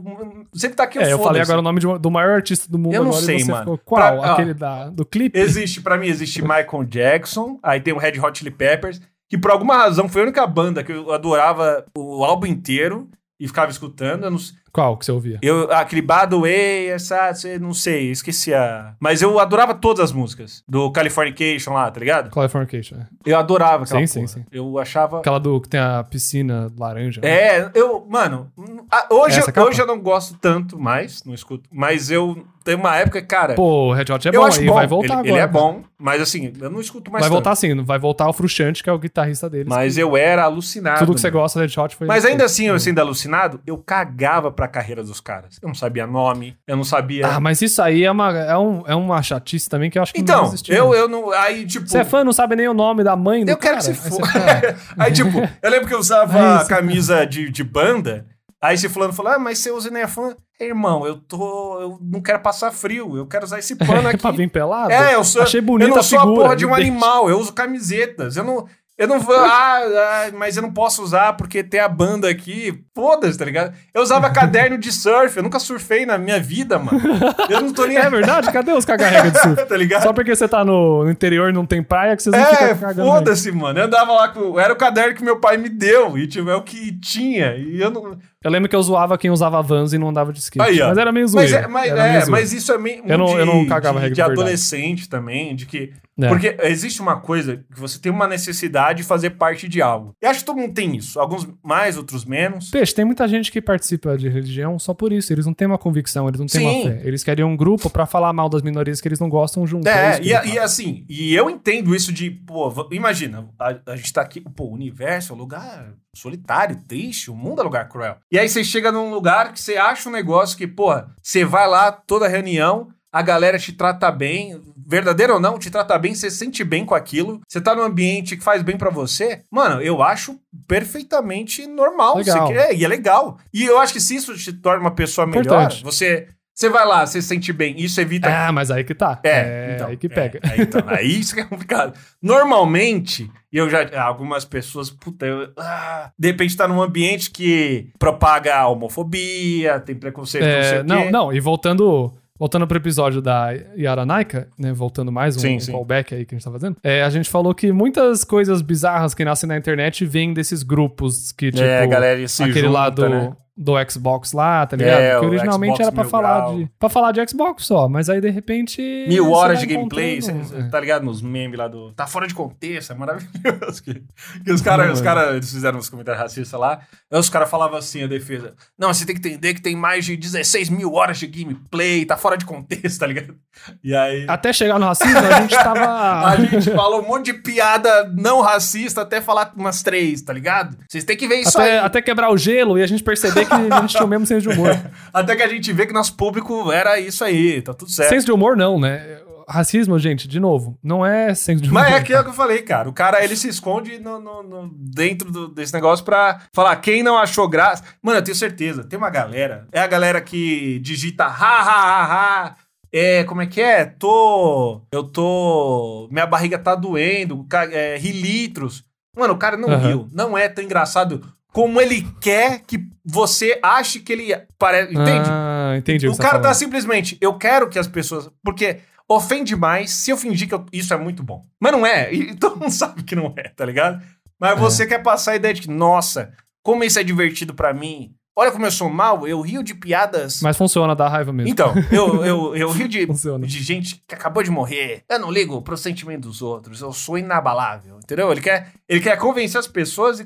Speaker 1: sempre tá aqui o
Speaker 2: É, eu falei
Speaker 1: foda-se.
Speaker 2: agora o nome de um- do maior artista do mundo
Speaker 1: Eu não
Speaker 2: agora
Speaker 1: sei,
Speaker 2: e você
Speaker 1: mano.
Speaker 2: ficou qual?
Speaker 1: Pra- ó.
Speaker 2: Aquele da, do clipe?
Speaker 1: Existe, pra mim, existe Michael Jackson, aí tem o Red Hot Chili Peppers, que por alguma razão foi a única banda que eu adorava o álbum inteiro e ficava escutando. Eu não,
Speaker 2: Qual que você ouvia?
Speaker 1: Eu, ah, aquele Badway, essa, cê- não sei, esqueci a. Mas eu adorava todas as músicas do Californication lá, tá ligado?
Speaker 2: Californication. é.
Speaker 1: Eu adorava aquela
Speaker 2: Sim,
Speaker 1: porra.
Speaker 2: sim, sim.
Speaker 1: Eu achava.
Speaker 2: Aquela do que tem a piscina laranja. né?
Speaker 1: É, eu, mano, a- hoje,
Speaker 2: Essa é capa?
Speaker 1: hoje eu não gosto tanto mais, não escuto, mas eu tem uma época, que, cara,
Speaker 2: Pô, o Red Hot é
Speaker 1: eu
Speaker 2: bom,
Speaker 1: acho
Speaker 2: aí
Speaker 1: bom.
Speaker 2: vai voltar
Speaker 1: ele,
Speaker 2: agora.
Speaker 1: ele é
Speaker 2: cara.
Speaker 1: bom, mas assim, eu não escuto mais
Speaker 2: Vai
Speaker 1: tanto.
Speaker 2: voltar sim, vai voltar o Frustrante, que é o guitarrista deles.
Speaker 1: mas eu era alucinado.
Speaker 2: Tudo que você
Speaker 1: mano.
Speaker 2: gosta do Red Hot foi.
Speaker 1: Mas ainda
Speaker 2: foi-
Speaker 1: assim, eu sendo alucinado, eu cagava pra carreira dos caras. Eu não sabia nome, eu não sabia.
Speaker 2: Ah, mas isso aí é uma, é, um, é uma chatice também que eu acho que não
Speaker 1: então,
Speaker 2: existe.
Speaker 1: eu,
Speaker 2: né?
Speaker 1: eu não. Aí, tipo.
Speaker 2: Você é fã, não sabe nem o nome da mãe do
Speaker 1: Eu quero
Speaker 2: cara? assim, é.
Speaker 1: que você
Speaker 2: Aí você
Speaker 1: for.
Speaker 2: fica-
Speaker 1: aí, tipo, eu lembro que eu
Speaker 2: É
Speaker 1: usava
Speaker 2: isso.
Speaker 1: camisa de, de banda. Aí esse fulano falou: Ah, mas você usa Nerfan? Irmão, eu tô. Eu não quero passar frio, eu quero usar esse pano
Speaker 2: pra
Speaker 1: aqui.
Speaker 2: vir pelado?
Speaker 1: É, eu sou.
Speaker 2: Achei
Speaker 1: eu
Speaker 2: bonita
Speaker 1: não sou a,
Speaker 2: figura,
Speaker 1: porra de um
Speaker 2: me deixa.
Speaker 1: animal, eu uso camisetas. Eu não. Eu não vou. Ah, ah, mas eu não posso usar porque tem a banda aqui. Foda-se, tá ligado? Eu usava caderno de surf, eu nunca surfei na minha vida, mano. Eu não tô nem.
Speaker 2: É verdade? Cadê os cagarrega de surf?
Speaker 1: tá ligado?
Speaker 2: Só porque você tá no, no interior e não tem praia que vocês não
Speaker 1: É,
Speaker 2: ficam cagando. regra.
Speaker 1: foda-se, mano. Eu andava lá com. Era o caderno que meu pai me deu. E tipo, é o que tinha. E eu não.
Speaker 2: Eu lembro que eu zoava quem usava Vans e não andava de skate.
Speaker 1: Aí, ó.
Speaker 2: mas era meio zoeiro.
Speaker 1: Mas, é, mas,
Speaker 2: era
Speaker 1: é,
Speaker 2: meio zoeiro.
Speaker 1: mas isso é meio.
Speaker 2: Eu não-
Speaker 1: de,
Speaker 2: eu não cagava
Speaker 1: de,
Speaker 2: regra
Speaker 1: de
Speaker 2: de verdade.
Speaker 1: adolescente também, de que.
Speaker 2: É.
Speaker 1: Porque existe uma coisa que você tem uma necessidade de fazer parte de algo. Eu acho que todo mundo tem isso. Alguns mais, outros menos.
Speaker 2: Peixe, tem muita gente que participa de religião só por isso. Eles não têm uma convicção, eles não têm
Speaker 1: Sim.
Speaker 2: uma fé. Eles querem um grupo pra falar mal das minorias que eles não gostam junto.
Speaker 1: É,
Speaker 2: isso que
Speaker 1: e,
Speaker 2: ele
Speaker 1: a- e assim, e eu entendo isso de, pô, v- imagina, a, a gente tá aqui, pô, o universo é um lugar solitário, triste, o mundo é um lugar cruel. E aí você chega num lugar que você acha um negócio que, pô, você vai lá, toda reunião, a galera te trata bem, verdadeiro ou não, te trata bem, você sente bem com aquilo, você tá num ambiente que faz bem pra você, mano, eu acho perfeitamente normal.
Speaker 2: Legal.
Speaker 1: Você quer- é, e é legal. E eu acho que se isso te torna uma pessoa melhor,
Speaker 2: Importante.
Speaker 1: você. Você vai lá, você se sente bem, isso evita
Speaker 2: fala. Ah, mas aí que tá.
Speaker 1: é, então,
Speaker 2: aí que
Speaker 1: é,
Speaker 2: pega.
Speaker 1: é, então, aí isso que é complicado. Normalmente, e eu já. Algumas pessoas, puta, eu, ah, de repente tá num ambiente que propaga a homofobia, tem preconceito,
Speaker 2: É,
Speaker 1: não sei o
Speaker 2: não,
Speaker 1: quê.
Speaker 2: não, e voltando. Voltando pro episódio da Yara Naika, né? Voltando mais um,
Speaker 1: Sim,
Speaker 2: um
Speaker 1: sim.
Speaker 2: callback aí que a gente tá fazendo. É, a gente falou que muitas coisas bizarras que nascem na internet vêm desses grupos que, tipo,
Speaker 1: é, galera, se
Speaker 2: aquele
Speaker 1: junta,
Speaker 2: lado.
Speaker 1: né?
Speaker 2: do Xbox lá, tá ligado?
Speaker 1: É,
Speaker 2: que
Speaker 1: o
Speaker 2: originalmente
Speaker 1: Xbox
Speaker 2: era pra
Speaker 1: Mil
Speaker 2: falar,
Speaker 1: Grau.
Speaker 2: de, pra falar de Xbox só, mas aí de repente.
Speaker 1: Mil
Speaker 2: você
Speaker 1: horas
Speaker 2: vai
Speaker 1: de gameplay,
Speaker 2: encontrando-
Speaker 1: cê-
Speaker 2: é.
Speaker 1: tá ligado? Nos memes lá do. Tá fora de contexto, é maravilhoso. Que, que os caras
Speaker 2: Mano.
Speaker 1: cara, eles fizeram uns comentários racistas lá. Aí os caras falavam assim, a defesa. Não, você tem que entender que tem mais de 16 mil horas de gameplay, tá fora de contexto, tá ligado? E aí.
Speaker 2: Até chegar no racismo, a gente tava.
Speaker 1: A gente falou um monte de piada não racista até falar umas três, tá ligado? Vocês têm que ver isso
Speaker 2: até,
Speaker 1: aí.
Speaker 2: até quebrar o gelo e a gente perceber que a gente tinha o mesmo senso de humor.
Speaker 1: Até que a gente vê que nosso público era isso aí, tá tudo certo.
Speaker 2: Senso de humor, não, né? Racismo, gente, de novo, não é senso de humor.
Speaker 1: Mas é aquilo que eu falei, cara. O cara, ele se esconde no, no- no- dentro do- desse negócio pra falar quem não achou graça. Mano, eu tenho certeza. Tem uma galera. É a galera que digita ha, ha, ha, ha. É, como é que é? Tô. Eu tô. Minha barriga tá doendo. ca- É, ri litros. Mano, o cara não
Speaker 2: Aham.
Speaker 1: riu. Não é tão engraçado como ele quer que você ache que ele. Pare... Entende?
Speaker 2: Ah, entendi.
Speaker 1: O
Speaker 2: que você
Speaker 1: cara tá
Speaker 2: falando.
Speaker 1: simplesmente, eu quero que as pessoas. Porque ofende mais se eu fingir que eu- isso é muito bom. Mas não é, e todo mundo sabe que não é, tá ligado?
Speaker 2: É.
Speaker 1: Mas você quer passar a ideia de que, nossa, como isso é divertido pra mim. Olha como eu sou mal, eu rio de piadas.
Speaker 2: Mas funciona, dá raiva mesmo.
Speaker 1: Então, eu, eu, eu rio de,
Speaker 2: Funciona.
Speaker 1: de gente que acabou de morrer. Eu não ligo pro sentimento dos outros. Eu sou inabalável, entendeu? Ele quer, ele quer convencer as pessoas e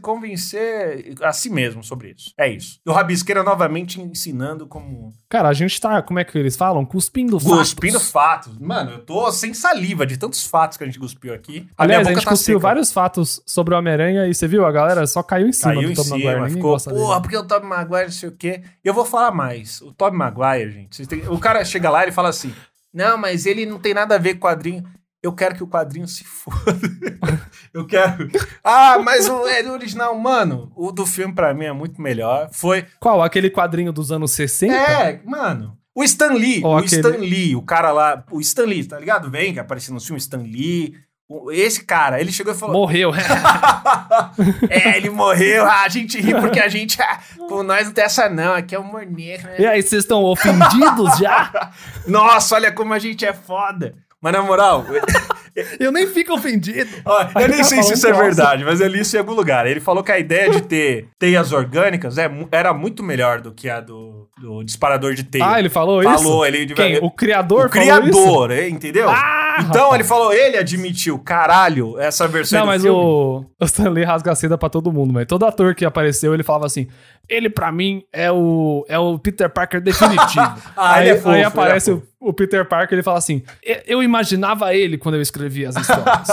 Speaker 1: convencer a si mesmo sobre isso. É isso. E o Rabisqueira novamente ensinando como
Speaker 2: Cara, a gente tá, como é que eles falam? Cuspindo fatos.
Speaker 1: Cuspindo fatos. Mano, eu tô sem saliva de tantos fatos que a gente cuspiu aqui. A
Speaker 2: Aliás, a,
Speaker 1: minha boca
Speaker 2: gente
Speaker 1: tá
Speaker 2: cuspiu
Speaker 1: seca.
Speaker 2: vários fatos sobre o Homem-Aranha e você viu? A galera só caiu em cima
Speaker 1: Caiu
Speaker 2: do
Speaker 1: em
Speaker 2: Tom Maguire.
Speaker 1: cima,
Speaker 2: Ninguém
Speaker 1: ficou,
Speaker 2: gosta dele.
Speaker 1: porra, porque o Tobey Maguire não sei o quê. E eu vou falar mais. O Tobey Maguire, gente, vocês têm- o cara chega lá e ele fala assim, não, mas ele não tem nada a ver com quadrinho. Eu quero que o quadrinho se foda. eu quero... Ah, mas o, é do original, mano, o do filme pra mim é muito melhor. Foi...
Speaker 2: Qual? Aquele quadrinho dos anos 60?
Speaker 1: É, mano. O Stan Lee,
Speaker 2: Ó,
Speaker 1: o
Speaker 2: aquele-
Speaker 1: Stan Lee, o cara lá, o Stan Lee, tá ligado? Vem, que apareceu no filme Stan Lee. O- Esse cara, ele chegou e falou:
Speaker 2: Morreu.
Speaker 1: É, ele morreu, ah, a gente ri porque a gente. ah, com nós não tem essa, não. Aqui é o humor negro, né?
Speaker 2: e aí, vocês estão ofendidos já?
Speaker 1: Nossa, olha como a gente é foda. Mas na moral,
Speaker 2: Eu nem fico ofendido.
Speaker 1: Ó, eu
Speaker 2: Aí
Speaker 1: nem
Speaker 2: tá
Speaker 1: sei se
Speaker 2: falando
Speaker 1: isso é
Speaker 2: grossa.
Speaker 1: verdade, mas eu li isso em algum lugar. Ele falou que a ideia de ter teias orgânicas é mu- era muito melhor do que a do, do disparador de teia.
Speaker 2: Ah, ele falou, isso?
Speaker 1: Falou, ele
Speaker 2: Quem? O criador
Speaker 1: O
Speaker 2: falou isso?
Speaker 1: criador, hein, entendeu?
Speaker 2: Ah,
Speaker 1: então
Speaker 2: rapaz.
Speaker 1: ele falou, ele admitiu, caralho, essa versão
Speaker 2: Não,
Speaker 1: do
Speaker 2: mas
Speaker 1: filme.
Speaker 2: o, o Stanley rasga a seda pra todo mundo, mas todo ator que apareceu, ele falava assim, ele pra mim é o, é o Peter Parker definitivo.
Speaker 1: Ah,
Speaker 2: aí,
Speaker 1: ele é fofo,
Speaker 2: aí
Speaker 1: ele é
Speaker 2: aparece
Speaker 1: fofo.
Speaker 2: o, o Peter Parker, ele fala assim, "E- eu imaginava ele quando eu escrevia as histórias.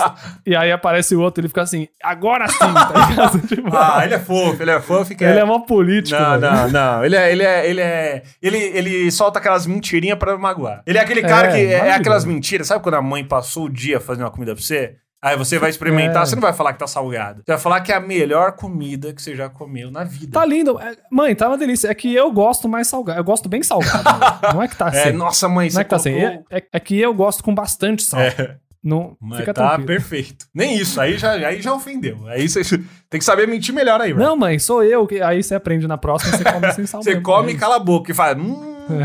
Speaker 2: e aí aparece o outro, ele fica assim, agora sim, tá ligado? Tipo,
Speaker 1: Ah, ele é fofo, ele é fofo. Que
Speaker 2: ele é mó político,
Speaker 1: Não,
Speaker 2: velho.
Speaker 1: não, não. Ele é, ele é, ele é. Ele, ele solta aquelas mentirinhas pra magoar. Ele é aquele cara
Speaker 2: É,
Speaker 1: que é,
Speaker 2: maravilhoso.
Speaker 1: aquelas mentiras. Sabe quando a mãe passou o dia fazendo uma comida pra você? Aí você vai experimentar,
Speaker 2: É.
Speaker 1: você não vai falar que tá salgado. Você vai falar que é a melhor comida que você já comeu na vida.
Speaker 2: Tá lindo. É, Mãe, tá uma delícia. É que eu gosto mais salgado. Eu gosto bem salgado. né? não é que tá
Speaker 1: é,
Speaker 2: assim. não
Speaker 1: nossa mãe, você
Speaker 2: é que tá assim.
Speaker 1: colocou-
Speaker 2: É, é- é que eu gosto com bastante sal.
Speaker 1: É.
Speaker 2: Não,
Speaker 1: Mas
Speaker 2: fica
Speaker 1: tá
Speaker 2: tranquilo.
Speaker 1: perfeito. Nem isso, aí já, aí já ofendeu. Aí você tem que saber mentir melhor aí, velho.
Speaker 2: Não, mãe, sou eu. que- Aí você aprende na próxima, você come sem sal.
Speaker 1: Você
Speaker 2: mesmo. é né?
Speaker 1: come e cala a boca e fala. Hum,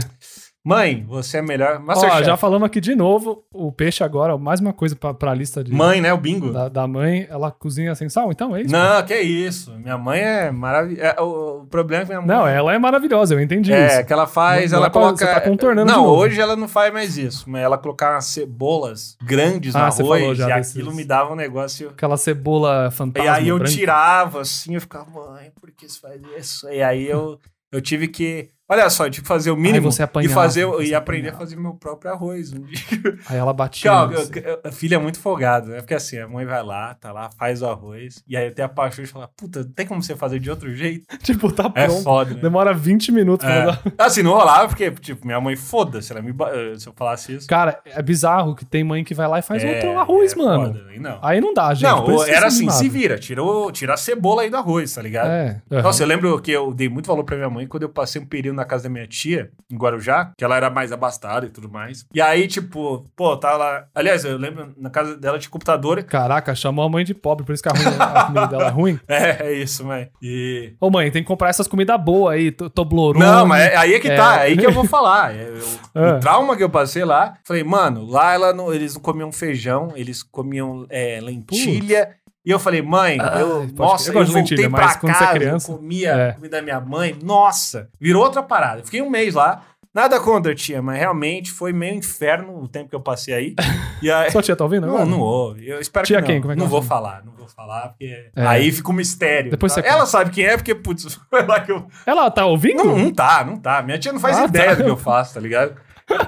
Speaker 1: mãe, você é melhor. Masterchef.
Speaker 2: Ó, já falamos aqui de novo, o peixe agora, mais uma coisa pra, pra lista de,
Speaker 1: Mãe, né? O bingo.
Speaker 2: da, da mãe, ela cozinha sem sal, então é isso?
Speaker 1: Não, que isso. Minha mãe é maravilhosa. o, o problema é que minha mãe.
Speaker 2: Não, ela é maravilhosa, eu entendi
Speaker 1: É,
Speaker 2: isso.
Speaker 1: que ela faz,
Speaker 2: Não- não
Speaker 1: ela
Speaker 2: é pra-
Speaker 1: coloca.
Speaker 2: você tá contornando de
Speaker 1: não,
Speaker 2: novo.
Speaker 1: hoje ela não faz mais isso, mas ela colocar umas cebolas grandes no
Speaker 2: Ah, você falou
Speaker 1: arroz
Speaker 2: já
Speaker 1: e
Speaker 2: desses.
Speaker 1: aquilo me dava um negócio.
Speaker 2: Aquela cebola
Speaker 1: E
Speaker 2: fantástica.
Speaker 1: aí eu tirava assim, eu ficava, mãe, por que você faz isso? E aí eu, eu tive que. Olha só, eu tive que fazer o mínimo
Speaker 2: você
Speaker 1: e
Speaker 2: apanhava,
Speaker 1: fazer
Speaker 2: você
Speaker 1: e aprender a
Speaker 2: apanhava.
Speaker 1: fazer meu próprio arroz um dia.
Speaker 2: Aí ela batia.
Speaker 1: Calma,
Speaker 2: assim.
Speaker 1: a filha é muito folgada, né? Porque assim, a mãe vai lá, tá lá, faz o arroz, e aí tem a paixão de falar, puta, tem como você fazer de outro jeito?
Speaker 2: Tipo, tá
Speaker 1: É
Speaker 2: pronto.
Speaker 1: foda, né?
Speaker 2: Demora 20 minutos pra ela-
Speaker 1: É. Assim, não rolava, porque, tipo, minha mãe, foda-se, ela me ba- eh, se eu falasse isso.
Speaker 2: Cara, é bizarro que tem mãe que vai lá e faz
Speaker 1: é,
Speaker 2: outro arroz,
Speaker 1: é
Speaker 2: mano.
Speaker 1: foda, aí não.
Speaker 2: Aí não dá, gente.
Speaker 1: não,
Speaker 2: por isso que
Speaker 1: era
Speaker 2: vocês
Speaker 1: assim,
Speaker 2: animaram.
Speaker 1: se vira, tira, o- tira a cebola aí do arroz, tá ligado?
Speaker 2: É. aham.
Speaker 1: Nossa, eu lembro que eu dei muito valor pra minha mãe quando eu passei um período na casa da minha tia, em Guarujá, que ela era mais abastada e tudo mais. E aí, tipo, pô, tava lá. Aliás, eu lembro, na casa dela tinha computador.
Speaker 2: Caraca, chamou a mãe de pobre, por isso que a, ruim- a comida dela é ruim.
Speaker 1: É, é isso, mãe. E.
Speaker 2: Ô mãe, tem que comprar essas comidas boas aí, to- Toblerone.
Speaker 1: Não, mas é- aí é que
Speaker 2: é.
Speaker 1: tá, é aí que eu vou falar. É, eu-
Speaker 2: Ah.
Speaker 1: O trauma que eu passei lá, falei, mano, lá ela não- eles não comiam feijão, eles comiam é, lentilha E eu falei, mãe,
Speaker 2: Ah,
Speaker 1: eu,
Speaker 2: pode-
Speaker 1: nossa,
Speaker 2: eu
Speaker 1: eu,
Speaker 2: gosto de
Speaker 1: voltei
Speaker 2: lentilha,
Speaker 1: pra
Speaker 2: mas quando você é
Speaker 1: casa,
Speaker 2: criança,
Speaker 1: eu comia
Speaker 2: é.
Speaker 1: comida da minha mãe, nossa, virou outra parada. Eu Fiquei um mês lá, nada contra, tia, mas realmente foi meio inferno o tempo que eu passei aí. E aí
Speaker 2: Sua tia tá ouvindo?
Speaker 1: não,
Speaker 2: agora?
Speaker 1: não houve. Eu espero
Speaker 2: Tia
Speaker 1: que não.
Speaker 2: quem? Como é que
Speaker 1: não
Speaker 2: ela
Speaker 1: vou
Speaker 2: chama?
Speaker 1: falar, não vou falar, porque
Speaker 2: É.
Speaker 1: aí fica um mistério.
Speaker 2: Depois
Speaker 1: Tá?
Speaker 2: você
Speaker 1: Ela sabe quem é, porque, putz, foi lá que eu
Speaker 2: Ela tá ouvindo?
Speaker 1: não, não tá, não tá. Minha tia não faz
Speaker 2: Ah,
Speaker 1: ideia
Speaker 2: tá.
Speaker 1: do que eu faço, tá ligado?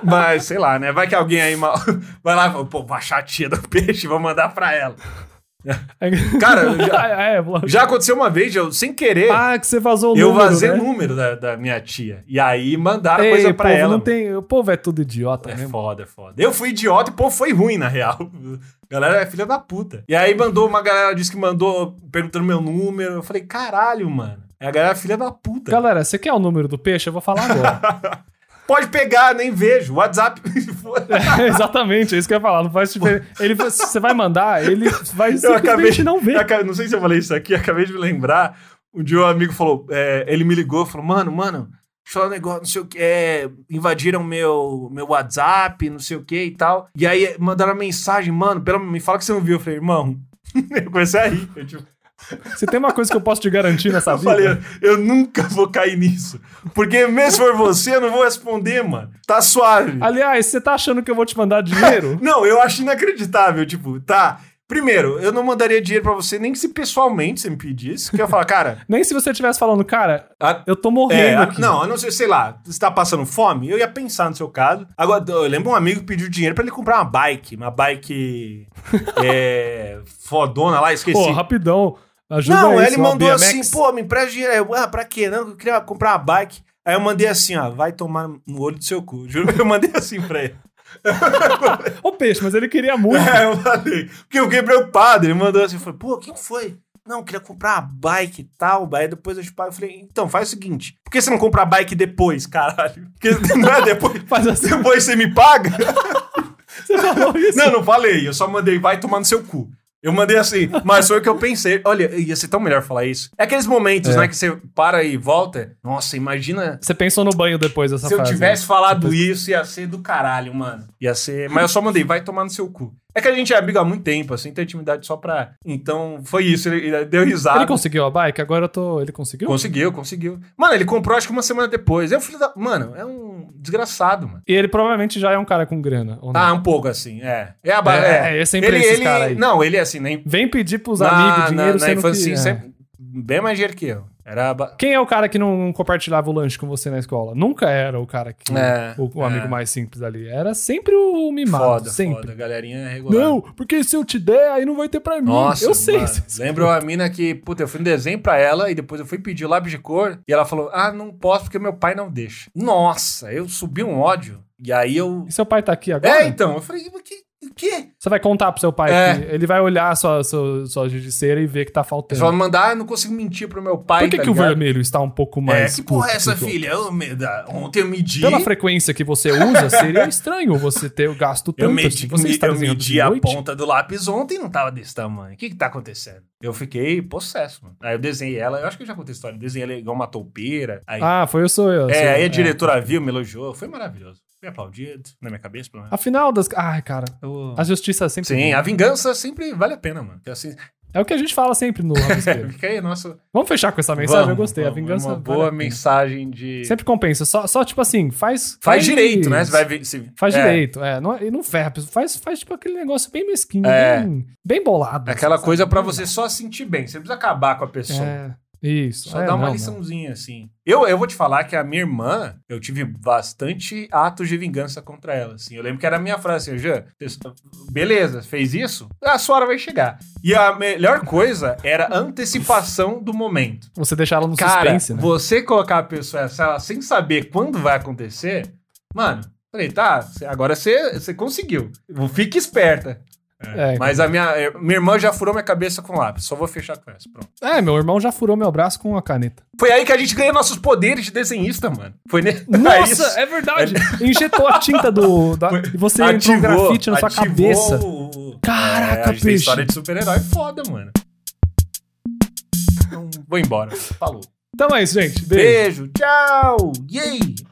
Speaker 1: Mas, sei lá, né? Vai que alguém aí mal... vai lá e fala, pô, vou achar a tia do peixe, vou mandar pra ela. Cara, eu já-
Speaker 2: É Ah, é, vou-
Speaker 1: Já aconteceu uma vez, eu, sem querer,
Speaker 2: Ah, que você vazou o
Speaker 1: eu
Speaker 2: número,
Speaker 1: vazei o
Speaker 2: né?
Speaker 1: número da, da minha tia. E aí mandaram
Speaker 2: Ei,
Speaker 1: coisa
Speaker 2: povo,
Speaker 1: pra ela.
Speaker 2: não tem... O povo é tudo idiota
Speaker 1: É
Speaker 2: mesmo.
Speaker 1: foda, é foda. Eu fui idiota e o povo foi ruim, na real. Galera é filha da puta. E aí mandou, uma galera disse que mandou perguntando meu número. Eu falei, caralho, mano. É a galera é filha da puta.
Speaker 2: Galera, você quer o número do peixe? Eu vou falar agora.
Speaker 1: Pode pegar, nem vejo. WhatsApp.
Speaker 2: Exatamente, é isso que eu ia falar. Não faz diferença. Ele, você vai mandar, ele vai
Speaker 1: Eu
Speaker 2: simplesmente
Speaker 1: acabei de
Speaker 2: não ver.
Speaker 1: não sei se eu falei isso aqui, acabei de me lembrar. Um dia um amigo falou, é, ele me ligou, falou, mano, mano, deixa eu falar um negócio, não sei o que, é, invadiram meu, meu WhatsApp, não sei o que e tal. E aí é, mandaram mensagem, mano, pelo, me fala que você não viu. Eu falei, irmão, eu comecei a rir. Eu, tipo,
Speaker 2: Se tem uma coisa que eu posso te garantir nessa
Speaker 1: eu
Speaker 2: vida...
Speaker 1: falei, eu nunca vou cair nisso. Porque mesmo se for você, eu não vou responder, mano. Tá suave.
Speaker 2: Aliás, você tá achando que eu vou te mandar dinheiro?
Speaker 1: Não, eu acho inacreditável, tipo, tá. Primeiro, eu não mandaria dinheiro pra você nem se pessoalmente você me pedisse, que eu ia falar, cara,
Speaker 2: Nem se você estivesse falando, cara,
Speaker 1: a-
Speaker 2: eu tô
Speaker 1: é,
Speaker 2: morrendo
Speaker 1: a-
Speaker 2: aqui.
Speaker 1: não, eu não sei, sei lá, você tá passando fome? Eu ia pensar no seu caso. Agora, eu lembro um amigo que pediu dinheiro pra ele comprar uma bike, uma bike é, fodona lá, esqueci.
Speaker 2: Pô, rapidão. Ajuda
Speaker 1: não,
Speaker 2: aí,
Speaker 1: ele
Speaker 2: sei lá,
Speaker 1: mandou
Speaker 2: BMX.
Speaker 1: assim, pô, me empresta dinheiro. Aí Eu, ah, pra quê? Não, eu queria comprar uma bike. Aí eu mandei assim, ó, vai tomar no olho do seu cu. Juro que eu mandei assim pra ele.
Speaker 2: Ô, peixe, mas ele queria muito.
Speaker 1: É, eu falei. Porque eu fiquei preocupado. Ele mandou assim, eu falei, pô, o que que foi? Não, eu queria comprar uma bike e tal, aí depois eu te pago. Eu falei, então, faz o seguinte, por que você não compra a bike depois, caralho? Porque não é depois,
Speaker 2: Faz assim,
Speaker 1: depois você me paga?
Speaker 2: você falou isso.
Speaker 1: Não, não falei, eu só mandei, vai tomar no seu cu. Eu mandei assim, mas foi o que eu pensei. Olha, ia ser tão melhor falar isso. É aqueles momentos,
Speaker 2: É.
Speaker 1: né, que você para e volta. Nossa, imagina
Speaker 2: Você pensou no banho depois dessa
Speaker 1: se eu
Speaker 2: frase, né?
Speaker 1: tivesse falado isso, ia ser do caralho, mano. Tipo, Ia ser. Mas eu só mandei, vai tomar no seu cu. É que a gente é amigo há muito tempo, assim, tem intimidade só pra. Então, foi isso. Ele, ele deu risada.
Speaker 2: Ele conseguiu a bike? Agora eu tô... Ele conseguiu?
Speaker 1: Conseguiu, conseguiu. Mano, ele comprou acho que uma semana depois. É um filho da. Mano, é um desgraçado, mano.
Speaker 2: E ele provavelmente já é um cara com grana, ou não?
Speaker 1: Ah, um pouco assim, é. É a ba-
Speaker 2: É, é, é sempre esses cara aí.
Speaker 1: Não, ele é assim, nem.
Speaker 2: Vem pedir pros
Speaker 1: na,
Speaker 2: amigos
Speaker 1: na-
Speaker 2: dinheiro,
Speaker 1: na
Speaker 2: sendo
Speaker 1: infância, assim,
Speaker 2: que... é.
Speaker 1: sempre. Bem mais dinheiro que eu. Era. a ba-
Speaker 2: Quem é o cara que não, não compartilhava o lanche com você na escola? Nunca era o cara que...
Speaker 1: É,
Speaker 2: o, o
Speaker 1: é.
Speaker 2: amigo mais simples ali. Era sempre o mimado,
Speaker 1: Foda,
Speaker 2: sempre.
Speaker 1: foda. Galerinha é regular.
Speaker 2: Não, porque se eu te der, aí não vai ter pra mim.
Speaker 1: Nossa,
Speaker 2: eu sei.
Speaker 1: mano. Lembro a mina que, puta, eu fui no desenho pra ela e depois eu fui pedir o lápis de cor e ela falou: Ah, não posso porque meu pai não deixa. Nossa, eu subi um ódio. E aí eu.
Speaker 2: E seu pai tá aqui agora?
Speaker 1: É, então. Eu falei: O que? O quê?
Speaker 2: Você vai contar pro seu pai
Speaker 1: É.
Speaker 2: que ele vai olhar sua, sua, sua judiceira e ver que tá
Speaker 1: Eles
Speaker 2: faltando.
Speaker 1: vão mandar, ah, não consigo mentir pro meu pai.
Speaker 2: Por que,
Speaker 1: tá
Speaker 2: que o
Speaker 1: ligado?
Speaker 2: vermelho está um pouco
Speaker 1: É,
Speaker 2: mais.
Speaker 1: que porra é
Speaker 2: curto então?
Speaker 1: essa,
Speaker 2: que o-
Speaker 1: filha? Eu, me- da- ontem eu medi.
Speaker 2: Pela frequência que você usa, seria estranho você ter gasto tanto.
Speaker 1: Eu
Speaker 2: se
Speaker 1: medi,
Speaker 2: você
Speaker 1: me-
Speaker 2: está
Speaker 1: eu
Speaker 2: desenhando
Speaker 1: medi
Speaker 2: de
Speaker 1: a
Speaker 2: noite.
Speaker 1: ponta do lápis ontem e não tava desse tamanho. O que que tá acontecendo? Eu fiquei possesso, mano. Aí eu desenhei ela, eu acho que eu já contei a história. Eu desenhei ela igual uma toupeira. Aí
Speaker 2: Ah, foi eu sou eu. sou
Speaker 1: É,
Speaker 2: eu.
Speaker 1: aí a diretora viu, me elogiou, foi maravilhoso. Fui aplaudido, na minha cabeça, pelo menos.
Speaker 2: Afinal das. Ai, cara.
Speaker 1: Eu-
Speaker 2: A justiça sempre.
Speaker 1: Sim, a vingança sempre vale a pena, mano. Porque Assim,
Speaker 2: É o que a gente fala sempre no rabisqueiro.
Speaker 1: fica aí, nossa.
Speaker 2: Vamos fechar com essa mensagem? É. eu gostei. a
Speaker 1: vamos,
Speaker 2: vingança.
Speaker 1: É uma
Speaker 2: vale
Speaker 1: boa
Speaker 2: a pena.
Speaker 1: mensagem de.
Speaker 2: Sempre compensa. Só, só tipo assim, faz.
Speaker 1: Faz direito, né? Você vai ver. se-
Speaker 2: Faz
Speaker 1: é,
Speaker 2: direito, é. Não, e não ferra, faz, faz tipo aquele negócio bem mesquinho,
Speaker 1: É.
Speaker 2: bem, bem bolado. assim,
Speaker 1: Aquela
Speaker 2: sabe?
Speaker 1: coisa pra você só sentir bem. Você não precisa acabar com a pessoa.
Speaker 2: É, isso.
Speaker 1: Só
Speaker 2: é,
Speaker 1: dá uma
Speaker 2: não, não.
Speaker 1: liçãozinha, assim. Eu, eu vou te falar que a minha irmã, eu tive bastante atos de vingança contra ela, assim. Eu lembro que era a minha frase, assim, Jean, beleza, fez isso? A sua hora vai chegar. E a melhor coisa era a antecipação do momento.
Speaker 2: Você deixar ela no
Speaker 1: Cara,
Speaker 2: suspense, né?
Speaker 1: você colocar a pessoa essa, ela sem saber quando vai acontecer, mano, falei, tá, cê- agora você você conseguiu. Fique esperta.
Speaker 2: É.
Speaker 1: Mas a minha, eh, minha irmã já furou minha cabeça com lápis. Só vou fechar com essa, pronto.
Speaker 2: É, meu irmão já furou meu braço com a caneta.
Speaker 1: Foi aí que a gente ganhou nossos poderes de desenhista, mano. Foi ne... pra isso.
Speaker 2: Nossa, é verdade! Injetou a tinta do. da- e você entrou um grafite na sua
Speaker 1: ativou
Speaker 2: cabeça.
Speaker 1: o- o-
Speaker 2: Caraca,
Speaker 1: É, a gente tem
Speaker 2: peixe.
Speaker 1: história de super-herói foda, mano. Então, vou embora. Falou.
Speaker 2: Então é isso, gente. Beijo.
Speaker 1: Beijo, tchau. Yay!